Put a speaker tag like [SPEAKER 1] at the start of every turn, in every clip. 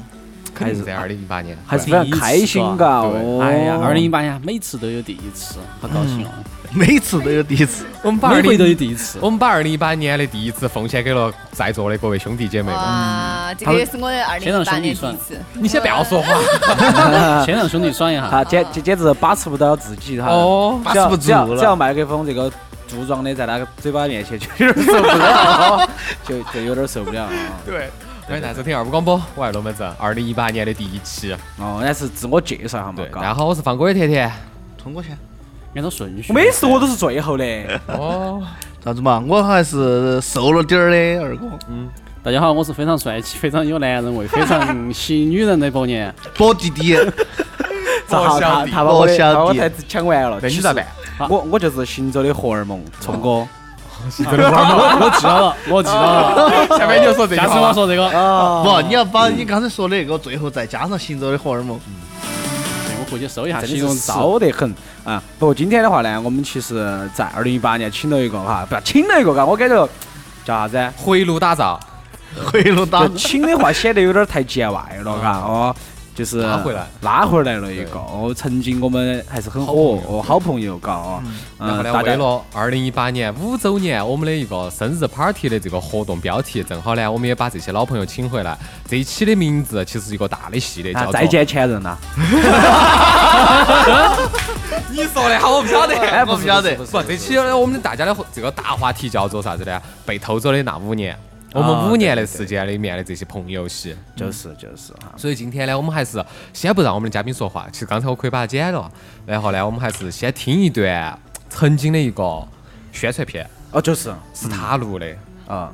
[SPEAKER 1] 肯定是在二零一八年，
[SPEAKER 2] 还是非常开心嘎！
[SPEAKER 1] 第一次
[SPEAKER 2] 哦，
[SPEAKER 3] 哎呀，二零一八年每次都有第一次，好高兴哦！
[SPEAKER 4] 每次都有第一次，
[SPEAKER 1] 我们把二
[SPEAKER 3] 每回都
[SPEAKER 1] 零
[SPEAKER 3] 有第一次，
[SPEAKER 1] 我们把二零一八年的第一次奉献给了在座的各位兄弟姐妹们。
[SPEAKER 5] 哇，这个也是我的二零一八年第一次。
[SPEAKER 1] 你先不要说话
[SPEAKER 3] 先让哦兄弟爽一下。
[SPEAKER 2] 他简简简直把持不到自己哈。
[SPEAKER 1] 哦，
[SPEAKER 2] 只要
[SPEAKER 4] 把持不住
[SPEAKER 2] 只要
[SPEAKER 4] 了
[SPEAKER 2] 只要麦克风这个柱状的在他嘴巴面前，就有点受不了， 就就有点受不了啊。
[SPEAKER 1] 对。欢迎大家收哎听二五广播，我爱龙门阵，二零一八年的第一期。
[SPEAKER 2] 哦，那是自我介绍一下嘛
[SPEAKER 1] 对，，大家
[SPEAKER 2] 嘎。
[SPEAKER 1] 好，我是放歌的甜甜。
[SPEAKER 4] 通过先。
[SPEAKER 3] 按照顺序，
[SPEAKER 2] 我每次我都是最后的，
[SPEAKER 1] 哦，
[SPEAKER 4] 啥子嘛？我还是瘦了点儿的二哥，
[SPEAKER 3] 大家好，我是非常帅气、非常有男人味、非常吸引女人的伯年。
[SPEAKER 4] 宝弟弟，
[SPEAKER 2] 正 好他他把我的把我台词抢完了。
[SPEAKER 1] 那你
[SPEAKER 2] 其实
[SPEAKER 1] 咋办？
[SPEAKER 2] 我我就是行走的荷尔蒙，聪哥。
[SPEAKER 3] 我我记到了，我记到了。
[SPEAKER 1] 下面你就说这句
[SPEAKER 3] 下次
[SPEAKER 1] 话
[SPEAKER 3] 我
[SPEAKER 1] 吧。
[SPEAKER 3] 说这个，
[SPEAKER 2] 哦
[SPEAKER 4] 不，你要把你刚才说的那个最后再加上行走的荷尔蒙，
[SPEAKER 3] 哎我回去搜一下
[SPEAKER 2] 真
[SPEAKER 3] 形
[SPEAKER 2] 的
[SPEAKER 3] 容
[SPEAKER 2] 是
[SPEAKER 3] 词。
[SPEAKER 2] 骚得很啊！不过今天的话呢，我们其实在二零一八年请了一个哈，不要请了一个嘎，我感觉叫啥子啊？
[SPEAKER 1] 回炉打造，
[SPEAKER 4] 回路打
[SPEAKER 2] 就请的话显得有点太见外了嘎，哦。就是
[SPEAKER 1] 拉回来
[SPEAKER 2] 拉回来了一个哦，曾经我们还是很火哦，好朋友嘎哦，
[SPEAKER 1] 然后
[SPEAKER 2] 嗯，
[SPEAKER 1] 呢，
[SPEAKER 2] 大
[SPEAKER 1] 为
[SPEAKER 2] 家
[SPEAKER 1] 了二零一八年五周年我们的一个生日 party 的这个活动标题，正好呢，我们也把这些老朋友请回来。这一期的名字其实是一个大的系列，叫
[SPEAKER 2] 啊
[SPEAKER 1] 做
[SPEAKER 2] 再。见前任呐，
[SPEAKER 1] 你说的好， 我不晓得。
[SPEAKER 4] 哎不是我不晓得不
[SPEAKER 1] 不，这期呢，我们大家的这个大话题叫做啥子呢？被偷走的那五年，我们五年的时间里面的这些朋友些。
[SPEAKER 2] 就是就是啊哈，
[SPEAKER 1] 所以今天呢，我们还是先不让我们的嘉宾说话。其实刚才我可以把它剪了，然后呢，我们还是先听一段曾经的一个宣传片，
[SPEAKER 2] 哦就是
[SPEAKER 1] 是他录的。
[SPEAKER 2] 啊，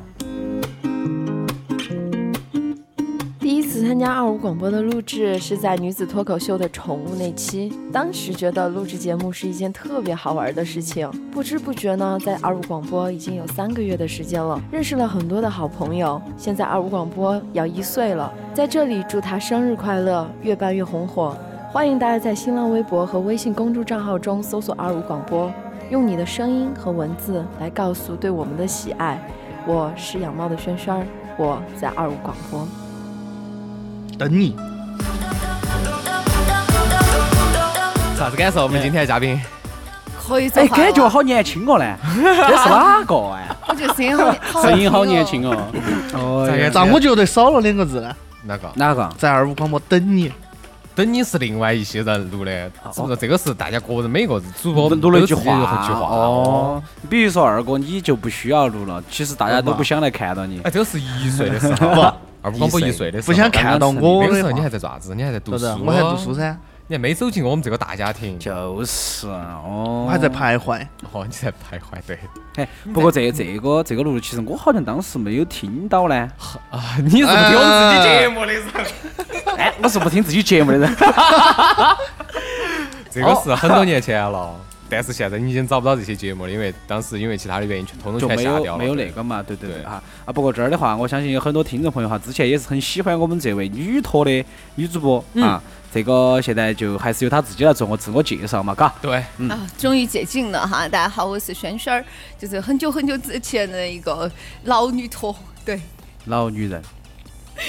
[SPEAKER 6] 第一次参加二五广播的录制是在女子脱口秀的宠物那期，当时觉得录制节目是一件特别好玩的事情。不知不觉呢，在二五广播已经有三个月的时间了，认识了很多的好朋友。现在二五广播要一岁了，在这里祝他生日快乐，越办越红火。欢迎大家在新浪微博和微信公众账号中搜索“二五广播”，用你的声音和文字来告诉对我们的喜爱。我是养猫的轩轩儿，我在二五广播。
[SPEAKER 4] 等你。
[SPEAKER 1] 啥子感受？我们今天的嘉宾，
[SPEAKER 5] 可
[SPEAKER 2] 哎
[SPEAKER 5] 以做，啊
[SPEAKER 2] 感觉好年轻哦嘞，这是哪个哎？
[SPEAKER 5] 我觉得声音好年，
[SPEAKER 3] 声音好年轻哦，
[SPEAKER 2] 哦
[SPEAKER 1] 咋个
[SPEAKER 4] 哎咋我觉得少了两个字呢？
[SPEAKER 1] 那个
[SPEAKER 2] 哪个？
[SPEAKER 4] 在二五广播等你，
[SPEAKER 1] 等你是另外一些人录的，只不过这个是大家个人每个主播
[SPEAKER 2] 录了一句
[SPEAKER 1] 都自己
[SPEAKER 2] 话，
[SPEAKER 1] 有一句话。
[SPEAKER 2] 哦，比如说二哥，你就不需要录了，其实大家都不想来看到你。
[SPEAKER 1] 哎，这个是一岁的时候，啊 二五广播
[SPEAKER 2] 一
[SPEAKER 1] 一
[SPEAKER 2] 岁
[SPEAKER 1] 岁的时候，
[SPEAKER 4] 不想看到我
[SPEAKER 1] 那个
[SPEAKER 4] 的
[SPEAKER 1] 时候你
[SPEAKER 4] 话
[SPEAKER 1] 还，在做啥子？你还在读书啊
[SPEAKER 4] 啥
[SPEAKER 1] 哦
[SPEAKER 4] 子？？
[SPEAKER 2] 啊
[SPEAKER 4] 我还读书，噻，
[SPEAKER 1] 你还没走进我们这个大家庭。
[SPEAKER 2] 就是哦，
[SPEAKER 4] 我还在。徘徊。
[SPEAKER 1] 哦，你在徘徊对
[SPEAKER 2] 哎，不过这这个这个录，其实我好像当时没有听到呢。
[SPEAKER 1] 啊？你是不听我们自己节目的人？
[SPEAKER 2] 哎，我是不听自己节目 的人。
[SPEAKER 1] 这个是很多年前了，但是现在你已经找不到这些节目了，因为当时因为其他的原因，全通
[SPEAKER 2] 就
[SPEAKER 1] 通全
[SPEAKER 2] 没
[SPEAKER 1] 下掉
[SPEAKER 2] 有
[SPEAKER 1] 了。
[SPEAKER 2] 没有那个嘛，对对对
[SPEAKER 1] 对
[SPEAKER 2] 哈啊！不过这儿的话，我相信有很多听众朋友哈，之前也是很喜欢我们这位女托的女主播
[SPEAKER 1] 嗯
[SPEAKER 2] 啊。这个现在就还是由她自己来做我自我介绍嘛，嘎。
[SPEAKER 1] 对，
[SPEAKER 5] 啊，终于解禁了哈！大家好，我是轩轩儿，就是很久很久之前的一个老女托，对，
[SPEAKER 2] 老 女人，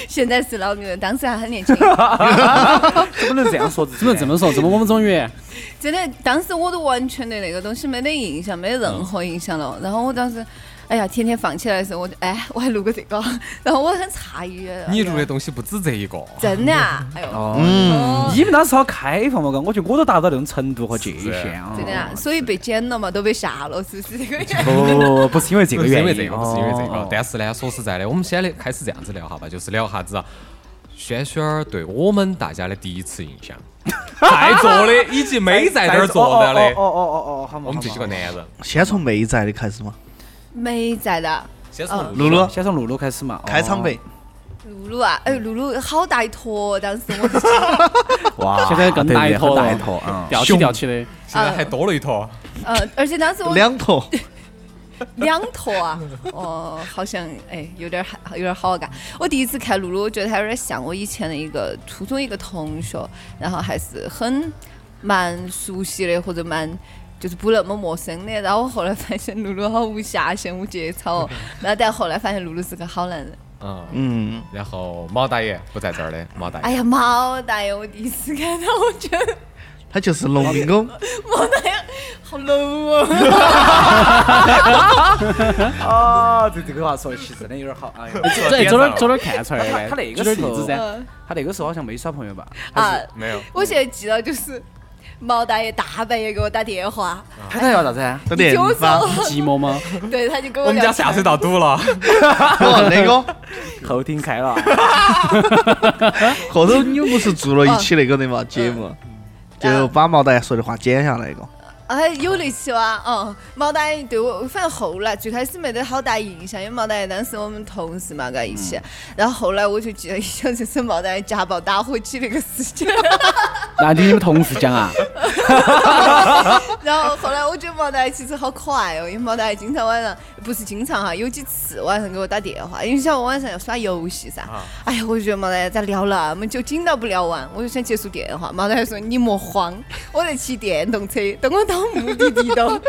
[SPEAKER 5] 现在是老女人，当时还很年轻，
[SPEAKER 2] 怎么能这样说自己
[SPEAKER 3] 怎么
[SPEAKER 2] 呢？
[SPEAKER 3] 这么说？怎么我们终于
[SPEAKER 5] 真的，当时我都完全对那个东西没得印象，没得任何印象了。然后我当时，哎呀，天天放起来的时候，我就哎，我还录过这个，然后我很诧异。
[SPEAKER 1] 你录
[SPEAKER 5] 哎
[SPEAKER 1] 的
[SPEAKER 5] 呀
[SPEAKER 1] 东西不止这一个，
[SPEAKER 5] 真的啊？哎呦，
[SPEAKER 2] 哦，你们当时好开放嘛，哥，我觉得我都达不到那种程度和界限啊。
[SPEAKER 5] 真 的啊，所以被剪了嘛，都被下了，是不是这个原因？
[SPEAKER 2] 不不哦不，不是因为这
[SPEAKER 1] 不
[SPEAKER 2] 个
[SPEAKER 1] 是
[SPEAKER 2] 原
[SPEAKER 1] 因
[SPEAKER 2] 因，
[SPEAKER 1] 为这个，不是因为这个
[SPEAKER 2] 哦。
[SPEAKER 1] 但是呢，说实在的，我们先来开始这样子聊哈吧，就是聊哈子啊轩轩儿对我们大家的第一次印象，在座的以及没在这儿坐着
[SPEAKER 2] 哦哦
[SPEAKER 1] 的，
[SPEAKER 2] 哦哦哦，好嘛。
[SPEAKER 1] 我们这几个男人，
[SPEAKER 4] 先从妹在的开始嘛，
[SPEAKER 5] 没在的。
[SPEAKER 1] 先
[SPEAKER 5] 嗯
[SPEAKER 1] 从
[SPEAKER 4] 露露
[SPEAKER 2] 先从露露开始嘛。哦
[SPEAKER 4] 开场白，
[SPEAKER 5] 露露啊，哎，露露好大一坨，当时我就
[SPEAKER 2] 哇，
[SPEAKER 3] 现在更大一坨了
[SPEAKER 2] 大一坨啊。
[SPEAKER 3] 吊起吊起的，
[SPEAKER 1] 现在还多了一坨，
[SPEAKER 5] 呃，而且当时我
[SPEAKER 4] 两坨，
[SPEAKER 5] 两坨啊，哦，好像哎，有点儿有点儿好尬。我第一次看露露，我觉得她有点像我以前的一个初中一个同学，然后还是很蛮熟悉的，或者蛮就是不那么陌生的。然后我后来发现露露好无下限、无节操哦，然后但后来发现露露是个好男人。
[SPEAKER 1] 嗯。
[SPEAKER 4] 嗯，
[SPEAKER 1] 然后毛大爷不在这儿的，毛大
[SPEAKER 5] 哎
[SPEAKER 1] 爷，
[SPEAKER 5] 呀，毛大爷，我第一次看到，我觉得
[SPEAKER 4] 他就是农民工，
[SPEAKER 5] 毛大爷好 low 啊！
[SPEAKER 2] 啊，这这个话说的其实真的有点好。 哎呦，
[SPEAKER 3] 哎，走哪儿走哪儿看出来的
[SPEAKER 2] 他他
[SPEAKER 3] 嘞？
[SPEAKER 2] 那个
[SPEAKER 3] 举点
[SPEAKER 2] 时候
[SPEAKER 3] 例子噻，
[SPEAKER 5] 嗯
[SPEAKER 2] 他那个时候好像没耍朋友吧？
[SPEAKER 5] 啊，
[SPEAKER 1] 没有，
[SPEAKER 5] 我现在记到就是毛大爷大半夜给我打电话，
[SPEAKER 2] 他他要啥子啊？
[SPEAKER 4] 他
[SPEAKER 5] 你
[SPEAKER 4] 电
[SPEAKER 5] 就是
[SPEAKER 4] 吧，
[SPEAKER 5] 哦
[SPEAKER 3] 寂寞吗？
[SPEAKER 5] 对，他就跟
[SPEAKER 1] 我们
[SPEAKER 5] 聊
[SPEAKER 1] 家下水道堵了，
[SPEAKER 4] 哦，那个
[SPEAKER 2] 后庭开 了，
[SPEAKER 4] 后头你们不是做了一期那个的嘛节目，就把毛大爷说的话剪下来一个，
[SPEAKER 5] 哎，有那期哇，嗯，毛大爷对我，反正后来最开始没得好大印象，因为毛大爷当时我们同事嘛，嘎一
[SPEAKER 1] 嗯
[SPEAKER 5] 起，然后后来我就记得印象就是毛大爷家暴打火机那个事情，
[SPEAKER 3] 那你们同事讲啊？
[SPEAKER 5] 然后后来我觉得毛大爷其实好可爱哦，因为毛大爷经常晚上不是经常哈，有几次晚上给我打电话，因为像我晚上要耍游戏噻，哎呀，我就觉得毛大爷咋聊那么久，紧到不聊完，我就想结束电话，毛大爷说你莫慌，我在骑电动车，等我到目的地了。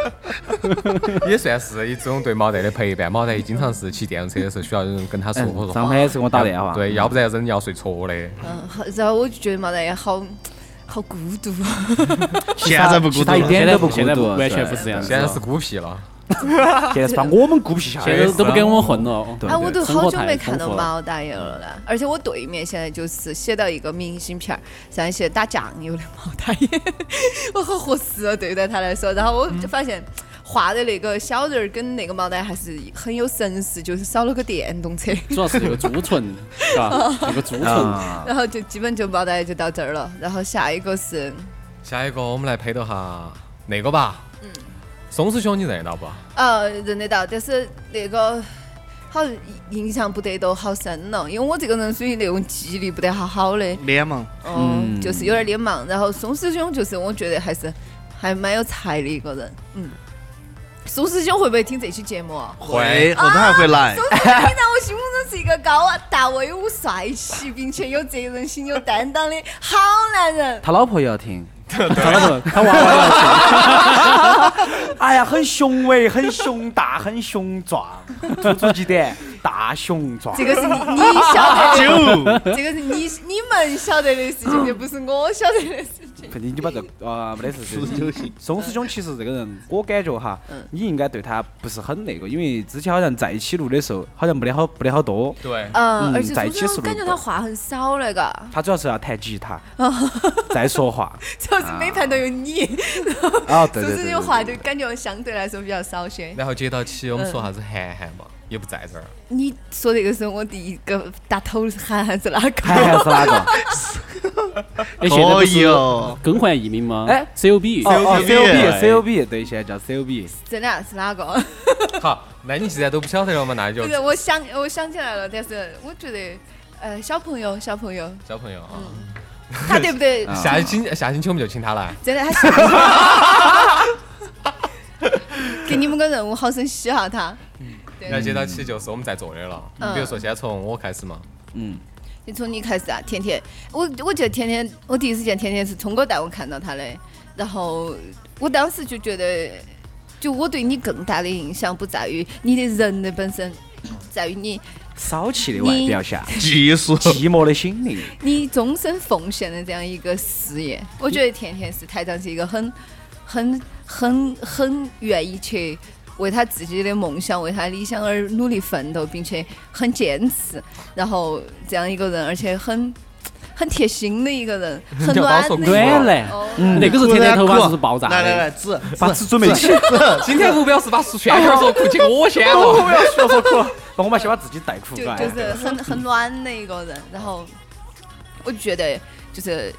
[SPEAKER 1] 也算是一种对毛蛋的陪伴。毛蛋爷经常是骑电动车的时候需要有人跟他说，我
[SPEAKER 2] 嗯
[SPEAKER 1] 说
[SPEAKER 2] 上班时候给我打电话。
[SPEAKER 1] 对，要不然人要睡着的。
[SPEAKER 5] 嗯，好然后我就觉得毛大爷好好孤独，啊
[SPEAKER 4] 现在不
[SPEAKER 2] 其
[SPEAKER 4] 孤独
[SPEAKER 2] 他一
[SPEAKER 4] 了，
[SPEAKER 2] 点
[SPEAKER 3] 现在
[SPEAKER 2] 都不
[SPEAKER 3] 不
[SPEAKER 2] 孤独
[SPEAKER 3] 现在不完
[SPEAKER 2] 对
[SPEAKER 3] 全不是这样子
[SPEAKER 1] 现在
[SPEAKER 3] 了，
[SPEAKER 1] 是孤僻了，
[SPEAKER 2] 现在是把我们孤僻下来
[SPEAKER 3] 现
[SPEAKER 2] 了
[SPEAKER 3] 在。都不跟我们混了。
[SPEAKER 2] 对
[SPEAKER 5] 哎，我都
[SPEAKER 3] 生活
[SPEAKER 5] 好久
[SPEAKER 3] 太
[SPEAKER 5] 没看到
[SPEAKER 3] 丰富了嗯
[SPEAKER 5] 毛大爷了啦。而且我对面现在就是写到一个明信片儿，上写打酱油的毛大爷， 我好合适哦，对待他来说。然后我就发现。画的那个小人儿跟那个毛大爷还是很有神似，就是少了个电动车，
[SPEAKER 3] 主要是有个猪唇，是吧？有个猪唇，
[SPEAKER 2] 啊，
[SPEAKER 5] 然后就基本就毛大爷就到这儿了。然后下一个是
[SPEAKER 1] 下一个我们来配到哈那个吧。
[SPEAKER 5] 嗯
[SPEAKER 1] 松师兄你认得到不？
[SPEAKER 5] 呃，认得到，但是那个好像印象不得都好深了，因为我这个人属于那种记忆力不得好好的，
[SPEAKER 4] 脸盲，
[SPEAKER 5] 嗯，就是有点脸盲。然后松师兄就是我觉得还是还蛮有才的一个人，嗯。松师兄会不会听这期节目啊？
[SPEAKER 1] 会
[SPEAKER 4] 哎后头还会来，
[SPEAKER 5] 松师兄在我心目中是一个高大威武、帅气，并且有责任心、有担当的好男人。
[SPEAKER 2] 他老婆也要听。
[SPEAKER 3] 他娃娃要去
[SPEAKER 2] 哎呀，很雄伟，很雄大，很雄壮，突出几点，大雄壮
[SPEAKER 5] 这个是你你晓得的，
[SPEAKER 4] 哦，
[SPEAKER 5] 这个是你你们晓得的事情，就不是我晓得的事情。
[SPEAKER 2] 肯定你把这个啊，没得事。
[SPEAKER 4] 是就行，
[SPEAKER 2] 松师兄其实这个人，我感觉哈
[SPEAKER 5] 嗯，
[SPEAKER 2] 你应该对他不是很那个，因为之前好像在一起录的时候，好像没得好没得好多。
[SPEAKER 1] 对，
[SPEAKER 5] 嗯，
[SPEAKER 2] 嗯
[SPEAKER 5] 而且
[SPEAKER 2] 在
[SPEAKER 5] 朱
[SPEAKER 2] 基
[SPEAKER 5] 生
[SPEAKER 2] 础
[SPEAKER 5] 感觉
[SPEAKER 2] 的
[SPEAKER 5] 他话很少那 个，
[SPEAKER 2] 他主要是要弹吉他，
[SPEAKER 5] 哦
[SPEAKER 2] 在说 话。
[SPEAKER 5] 主要是每盘都有你，
[SPEAKER 2] 哦，对
[SPEAKER 5] 朱
[SPEAKER 2] 对
[SPEAKER 5] 生
[SPEAKER 2] 对
[SPEAKER 5] 有话
[SPEAKER 2] 对。
[SPEAKER 5] 就感觉相对来说比较少些。
[SPEAKER 1] 然后接到起我们说啥子涵涵嘛，也不在这儿。
[SPEAKER 5] 你说这个时候，我第一个打头喊喊是哪
[SPEAKER 2] 还
[SPEAKER 5] 个？
[SPEAKER 2] 还 是哪 个？
[SPEAKER 3] 哎，现在
[SPEAKER 4] 可
[SPEAKER 3] 不
[SPEAKER 4] 以
[SPEAKER 3] 是
[SPEAKER 4] 哦，
[SPEAKER 3] 更换艺名吗？
[SPEAKER 2] 哎
[SPEAKER 3] ，COB
[SPEAKER 2] 哦
[SPEAKER 4] COB
[SPEAKER 2] ，C O
[SPEAKER 5] 啊
[SPEAKER 2] B C O B，对，现在叫 C O B。
[SPEAKER 5] 真的啊是哪个？
[SPEAKER 1] 好，那你既然都不晓得了嘛，那就
[SPEAKER 5] 不是，我想我想起来了，但是我觉得，呃，小朋友，小朋友，
[SPEAKER 1] 小朋友啊，
[SPEAKER 5] 嗯他对不对？
[SPEAKER 2] 啊
[SPEAKER 1] 下一星下星期我们就请他来。
[SPEAKER 5] 真的，他想。 给你们个任务，好生稀哈他。对
[SPEAKER 1] 然后接到起就是我们在座的了，
[SPEAKER 5] 嗯
[SPEAKER 1] 比如说先从我开始嘛，
[SPEAKER 2] 嗯，
[SPEAKER 5] 就从你开始啊，甜甜，我我记得甜甜，我第一次见甜甜是聪哥带我看到她的，然后我当时就觉得，就我对你更大的印象不在于你的人的本身，在于你
[SPEAKER 2] 骚气的外表下，
[SPEAKER 4] 技术，
[SPEAKER 2] 寂寞的心灵。
[SPEAKER 5] 你终身奉献的这样一个事业。我觉得甜甜是台长是一个很很很很愿意去为他自己的梦想、为他理想而努力奋斗，并且很坚持，然后这样一个人，而且很很贴心的一个人，很
[SPEAKER 1] 叫
[SPEAKER 5] 暖
[SPEAKER 1] 保守
[SPEAKER 5] 的一
[SPEAKER 1] 哥
[SPEAKER 5] 个人
[SPEAKER 3] 暖嘞
[SPEAKER 5] 哦
[SPEAKER 3] 嗯，那个时候甜甜头发是不是爆炸
[SPEAKER 4] 来来
[SPEAKER 3] 的？
[SPEAKER 4] 来，纸，
[SPEAKER 2] 把纸准备起。
[SPEAKER 1] 今天目标是把薯圈
[SPEAKER 3] 哎
[SPEAKER 1] 圈说哭，结果我 先了。
[SPEAKER 2] 不要说说哭，那我们先把自己带哭
[SPEAKER 5] 就
[SPEAKER 2] 来。
[SPEAKER 5] 就是很很暖的一个人。然后我觉得就是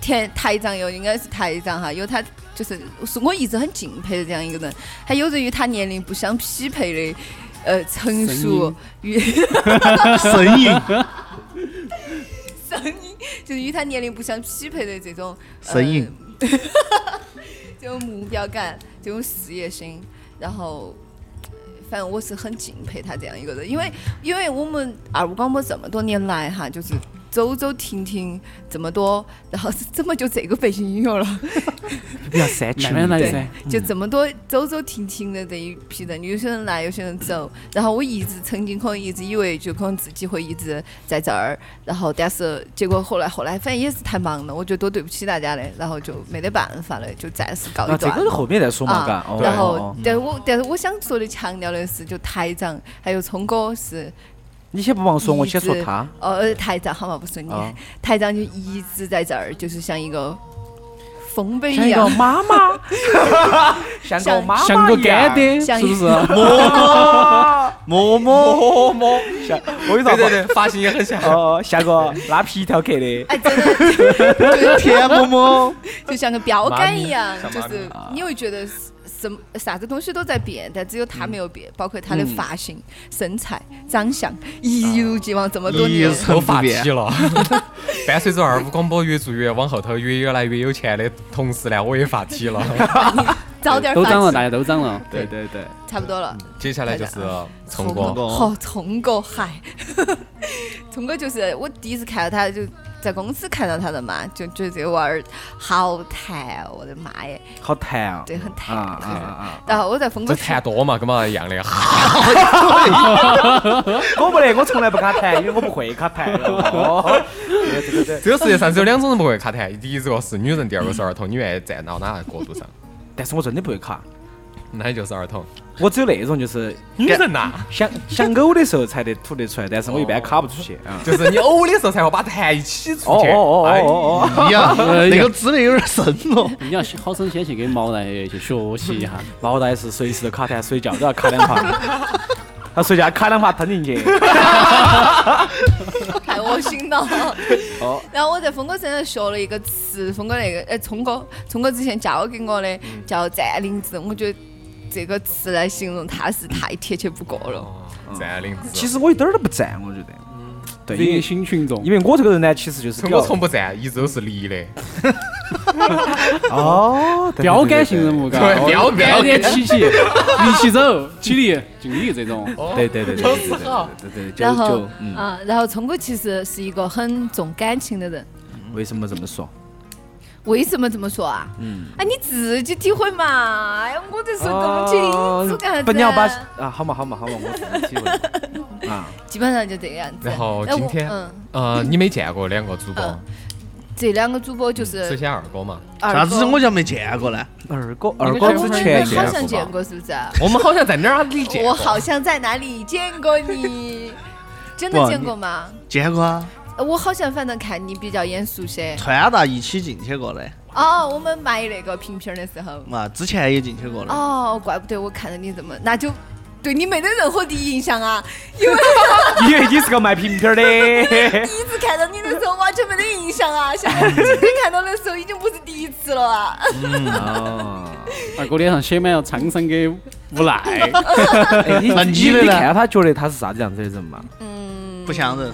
[SPEAKER 5] 田台长又应该是台长哈，有他就是是我一直很敬佩的这样一个人，还有着与他年龄不相匹配的。呃，成熟与
[SPEAKER 4] 神隐，
[SPEAKER 3] 哎
[SPEAKER 5] 声音，就是与他年龄不相匹配的这种呃
[SPEAKER 4] 神隐，
[SPEAKER 5] 这种目标感，这种事业心，然后。反正我是很敬佩他这样一个人，因为因为啊我们二五广播这么多年来哈，就是走走停停这么多，然后是怎么就这个背景音乐 了？
[SPEAKER 2] 比较煽
[SPEAKER 3] 慢慢来
[SPEAKER 5] 对
[SPEAKER 3] 噻，
[SPEAKER 2] 嗯
[SPEAKER 5] 就这么多走走停停的这一批人，有些人来，有些人走。然后我一直曾经可能一直以为，就可能自己会一直在这儿，然后但是结果后来后来反正也是太忙了，我觉得多对不起大家的，然后就没得办法了，就暂时告
[SPEAKER 2] 那
[SPEAKER 5] 一
[SPEAKER 2] 啊这
[SPEAKER 5] 段
[SPEAKER 2] 个
[SPEAKER 5] 落。
[SPEAKER 2] 后面再说嘛，嘎
[SPEAKER 5] 啊。
[SPEAKER 2] 哦
[SPEAKER 5] 然后
[SPEAKER 2] 哦，
[SPEAKER 5] 但我但是我想说的强调的是，就台长还有聪哥是
[SPEAKER 2] 你先不忙说，我先说他。
[SPEAKER 5] 呃台长好嘛，不是你，
[SPEAKER 2] 啊
[SPEAKER 5] 台长就一直在这儿，就是像一个风杯
[SPEAKER 2] 像
[SPEAKER 5] 一
[SPEAKER 2] 一个
[SPEAKER 5] 样，
[SPEAKER 2] 妈 妈， 像个妈妈一样，
[SPEAKER 3] 像个干爹，
[SPEAKER 5] 像
[SPEAKER 3] 是
[SPEAKER 5] 一
[SPEAKER 3] 不是？
[SPEAKER 2] 嬷嬷嬷嬷，像我有
[SPEAKER 1] 对
[SPEAKER 2] 啥
[SPEAKER 1] 对对，发型也很像。
[SPEAKER 2] 哦，像个拉皮条客的，
[SPEAKER 5] 哎，真 的。
[SPEAKER 4] 田嬷嬷，
[SPEAKER 5] 就像个标杆一
[SPEAKER 1] 妈，
[SPEAKER 5] 样
[SPEAKER 1] 咪
[SPEAKER 5] 就
[SPEAKER 1] 像妈咪
[SPEAKER 5] 是
[SPEAKER 2] 啊
[SPEAKER 5] 你会觉得是什么啥子东西都在变，但只有
[SPEAKER 2] 嗯
[SPEAKER 5] 他没有变，包括他的发型、身材、长相，一如既往这么多
[SPEAKER 4] 一
[SPEAKER 5] 年。
[SPEAKER 4] 成
[SPEAKER 1] 都
[SPEAKER 4] 不
[SPEAKER 1] 发
[SPEAKER 4] 变
[SPEAKER 1] 迹。了， 伴随着二五广播越做越往后头，越越来越有钱的同时呢，我也发迹 了。
[SPEAKER 5] 早 点
[SPEAKER 3] 都
[SPEAKER 5] 发
[SPEAKER 3] 涨了，大
[SPEAKER 5] 际，
[SPEAKER 3] 家都涨了。
[SPEAKER 2] 对对对，
[SPEAKER 5] 差不多了。
[SPEAKER 1] 接下来啊就是聪
[SPEAKER 4] 聪
[SPEAKER 1] 哥，
[SPEAKER 4] 哥
[SPEAKER 5] 好，聪哥，哦嗨， 聪哥就是我第一次看到他就在公司看到他的嘛，就觉得这个娃儿好弹，我的妈耶，
[SPEAKER 2] 好弹啊，
[SPEAKER 5] 对，很
[SPEAKER 2] 啊
[SPEAKER 5] 弹。
[SPEAKER 2] 啊啊
[SPEAKER 5] 然后我在峰哥
[SPEAKER 1] 这谈多嘛，跟嘛一样的。
[SPEAKER 2] 啊！我不得，我从来不跟他谈，因为我不会跟他谈。哦，对对对。
[SPEAKER 1] 这个世界上只有两种人不会卡痰，第一个是女人，第二个是儿童。你愿意站到哪个国度上？
[SPEAKER 2] 但是我真的不会卡，
[SPEAKER 1] 那你就是儿童。
[SPEAKER 2] 我只有那种就是
[SPEAKER 1] 女人啊呐，
[SPEAKER 2] 想想呕的时候才得吐得出来，但是我一般卡不
[SPEAKER 1] 哦
[SPEAKER 2] 出去啊。
[SPEAKER 1] 就是你呕的时候才会把痰一起出
[SPEAKER 2] 哦
[SPEAKER 1] 去。
[SPEAKER 2] 哦
[SPEAKER 1] 哎
[SPEAKER 2] 哦哦哦！
[SPEAKER 4] 一样，
[SPEAKER 3] 哎呀
[SPEAKER 4] 那个资料有点哦深了。
[SPEAKER 3] 你要好生先去给毛来去学习一下，
[SPEAKER 2] 老大也是随时都卡痰，睡觉都要卡两下。 他睡觉卡两下吞进 去，
[SPEAKER 5] 太恶心了。
[SPEAKER 2] 哦
[SPEAKER 5] 然后我在峰哥身上学了一个词，峰哥那个，哎，聪哥，聪哥之前教给我的
[SPEAKER 2] 嗯
[SPEAKER 5] 叫占领制，我觉得这个词来形容他是太贴切不过了。
[SPEAKER 1] 哦占领
[SPEAKER 2] 其
[SPEAKER 1] 其实
[SPEAKER 2] 实我一点儿都不占，我觉得。
[SPEAKER 1] 嗯
[SPEAKER 2] 对，因
[SPEAKER 3] 热
[SPEAKER 2] 为
[SPEAKER 3] 心群众
[SPEAKER 2] 因。为我这个人呢，其实就是
[SPEAKER 1] 聪
[SPEAKER 2] 比
[SPEAKER 1] 哥
[SPEAKER 2] 较
[SPEAKER 1] 从不站，一直都是离的。
[SPEAKER 2] 哦，对
[SPEAKER 3] 标杆性人。物，嘎，
[SPEAKER 1] 对标杆
[SPEAKER 3] 标杆起起，一起走，起立，敬礼这种。
[SPEAKER 2] 对对对对对对对对对对，就
[SPEAKER 5] 然后
[SPEAKER 2] 就嗯，
[SPEAKER 5] 啊，然后聪哥其实是一个很重感情的人。
[SPEAKER 2] 为什么这么 说？
[SPEAKER 5] 为什么这么说啊？嗯，啊，你自己体会嘛。哎呀，我这是动情
[SPEAKER 2] 哦
[SPEAKER 5] 质感。
[SPEAKER 2] 不，你要把啊，好嘛好嘛好嘛，我自己体 会啊。
[SPEAKER 5] 基本上就这个样子。
[SPEAKER 1] 然后
[SPEAKER 5] 那我
[SPEAKER 1] 今天
[SPEAKER 5] 嗯，
[SPEAKER 1] 呃，你没见过两个主播
[SPEAKER 5] 嗯，这两个主播就
[SPEAKER 1] 首
[SPEAKER 5] 是
[SPEAKER 1] 先二哥嘛，
[SPEAKER 5] 二
[SPEAKER 4] 啥
[SPEAKER 5] 哥
[SPEAKER 4] 子我就没见过呢？
[SPEAKER 2] 二哥
[SPEAKER 1] 你
[SPEAKER 2] 二
[SPEAKER 1] 们
[SPEAKER 2] 哥
[SPEAKER 1] 这
[SPEAKER 2] 之
[SPEAKER 1] 会儿
[SPEAKER 4] 啊
[SPEAKER 2] 前
[SPEAKER 1] 应该
[SPEAKER 5] 好
[SPEAKER 2] 见过
[SPEAKER 5] 像见
[SPEAKER 2] 吧？
[SPEAKER 5] 过，是不是啊？
[SPEAKER 1] 我们好像在哪儿里见
[SPEAKER 5] 我
[SPEAKER 1] 过。
[SPEAKER 5] 好像在哪里见过你，真的
[SPEAKER 4] 哇
[SPEAKER 5] 见
[SPEAKER 4] 你
[SPEAKER 5] 过吗？
[SPEAKER 4] 见过啊，
[SPEAKER 5] 呃我好像反正看你比较眼熟些。
[SPEAKER 4] 川大一起进去过的，
[SPEAKER 5] 哦，我们买那个瓶瓶儿的时候，
[SPEAKER 4] 嘛，之前也进去过的。
[SPEAKER 5] 哦，怪不得我看到你这么，那就对你没得任何第一印象啊！因为
[SPEAKER 2] 以为你是个卖瓶瓶儿 的，
[SPEAKER 5] 第一次看到你的时候完全没得印象 啊，现在今天看到的时候已经不是第一次了啊！
[SPEAKER 2] 哦
[SPEAKER 3] 二哥脸啊上写满了沧桑跟无 奈，
[SPEAKER 2] 哎你
[SPEAKER 4] 那
[SPEAKER 2] 你
[SPEAKER 4] 你的呢
[SPEAKER 2] 看他觉得他是啥子样子的人嘛？
[SPEAKER 4] 不像人，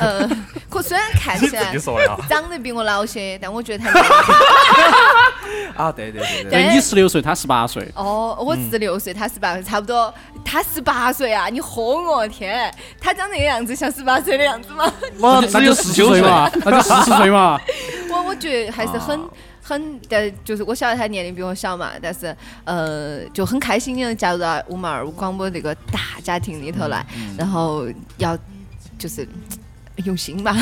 [SPEAKER 5] 呃，可虽然看
[SPEAKER 1] 你
[SPEAKER 5] 起
[SPEAKER 1] 自
[SPEAKER 5] 来
[SPEAKER 1] 己说的啊。
[SPEAKER 5] 长得比我老些，但我觉得他 年龄
[SPEAKER 2] 啊，对对对对，
[SPEAKER 3] 对哎你十六岁，他十八岁，
[SPEAKER 5] 哦，我十六岁，他十八岁，差不多，他十八岁啊！你喝我天，他长那个样子像十八岁的样子吗？
[SPEAKER 2] 哦
[SPEAKER 4] 我只
[SPEAKER 3] 那
[SPEAKER 4] 有
[SPEAKER 3] 就
[SPEAKER 4] 十
[SPEAKER 3] 十
[SPEAKER 4] 九
[SPEAKER 3] 岁
[SPEAKER 4] 岁，
[SPEAKER 3] 嘛，那就四十岁嘛。
[SPEAKER 5] 我我觉得还是很、很的，就是我晓得他年龄比我小嘛，但是呃，就很开心的加入到我们二五广播这个大家庭里头来，然后要就是用心吧，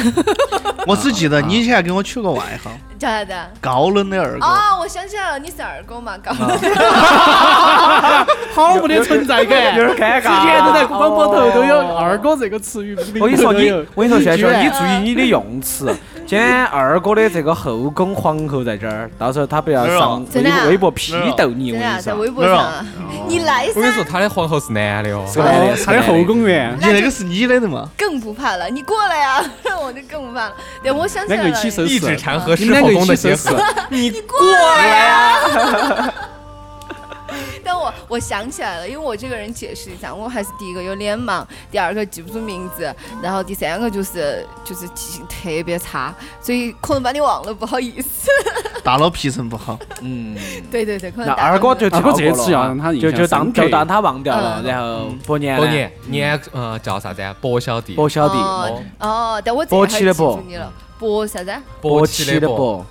[SPEAKER 4] 我只记
[SPEAKER 3] 啊
[SPEAKER 4] 得你以前还给我取过外号
[SPEAKER 5] 叫啥子啊？
[SPEAKER 1] 哦
[SPEAKER 4] “高冷的二哥
[SPEAKER 5] 哦，我想起来了，你是二狗嘛，搞的。
[SPEAKER 3] 好没得存在感，
[SPEAKER 2] 有点尴尬哦
[SPEAKER 3] 之前都在广播头都有“二哥”这个词语，
[SPEAKER 2] 我跟你说，你我跟你说，轩
[SPEAKER 3] 居
[SPEAKER 2] 轩，
[SPEAKER 3] 然
[SPEAKER 2] 你注意你的用词。今天二哥的这个后宫皇后在这儿，到时候他不要上微
[SPEAKER 5] 真的啊
[SPEAKER 2] 微博批斗你，我跟
[SPEAKER 5] 真的啊
[SPEAKER 2] 你
[SPEAKER 5] 在
[SPEAKER 2] 说。
[SPEAKER 5] 微博上， 你来
[SPEAKER 1] 我跟你
[SPEAKER 5] 噻
[SPEAKER 1] 说，，他的皇后是男的哦，
[SPEAKER 2] 是吧
[SPEAKER 3] 哦他的后宫园
[SPEAKER 4] 你那个是你的的 嘛？
[SPEAKER 5] 更不怕了，你过来呀， 我就更不怕了。对，我想起
[SPEAKER 3] 两
[SPEAKER 5] 来
[SPEAKER 3] 个一起
[SPEAKER 5] 了，
[SPEAKER 3] 收
[SPEAKER 1] 一
[SPEAKER 3] 拾
[SPEAKER 1] 直，缠和
[SPEAKER 3] 你
[SPEAKER 1] 是
[SPEAKER 3] 们两
[SPEAKER 1] 后
[SPEAKER 3] 个一
[SPEAKER 1] 宫的
[SPEAKER 3] 起
[SPEAKER 1] 结
[SPEAKER 3] 收拾
[SPEAKER 1] 合。，
[SPEAKER 5] 你过来呀。 但我我想起来了，因为我这个人解释一下，我还是第一个有脸盲，第二个记不住名字，然后第三个就是就是记性特别差，所以可能把你忘了，不好意思。
[SPEAKER 4] 大脑皮层不好，
[SPEAKER 2] 嗯，
[SPEAKER 5] 对对对，可能
[SPEAKER 2] 那
[SPEAKER 5] 大
[SPEAKER 2] 二哥就
[SPEAKER 3] 二
[SPEAKER 2] 跳
[SPEAKER 3] 哥
[SPEAKER 2] 过
[SPEAKER 3] 这
[SPEAKER 2] 了
[SPEAKER 3] 次要让他印
[SPEAKER 2] 就
[SPEAKER 3] 象
[SPEAKER 2] 就当
[SPEAKER 3] 深刻
[SPEAKER 2] 就当他忘掉了，
[SPEAKER 5] 嗯
[SPEAKER 2] 然后伯年呢
[SPEAKER 1] 伯年年呃叫啥子啊？伯小弟，
[SPEAKER 2] 伯小弟，
[SPEAKER 5] 哦哦，但我这
[SPEAKER 2] 勃
[SPEAKER 5] 个
[SPEAKER 2] 起
[SPEAKER 5] 还是
[SPEAKER 2] 的
[SPEAKER 5] 记住
[SPEAKER 2] 勃
[SPEAKER 5] 你了，博啥子？
[SPEAKER 2] 伯
[SPEAKER 1] 起的
[SPEAKER 2] 的
[SPEAKER 1] 伯，
[SPEAKER 2] 伯，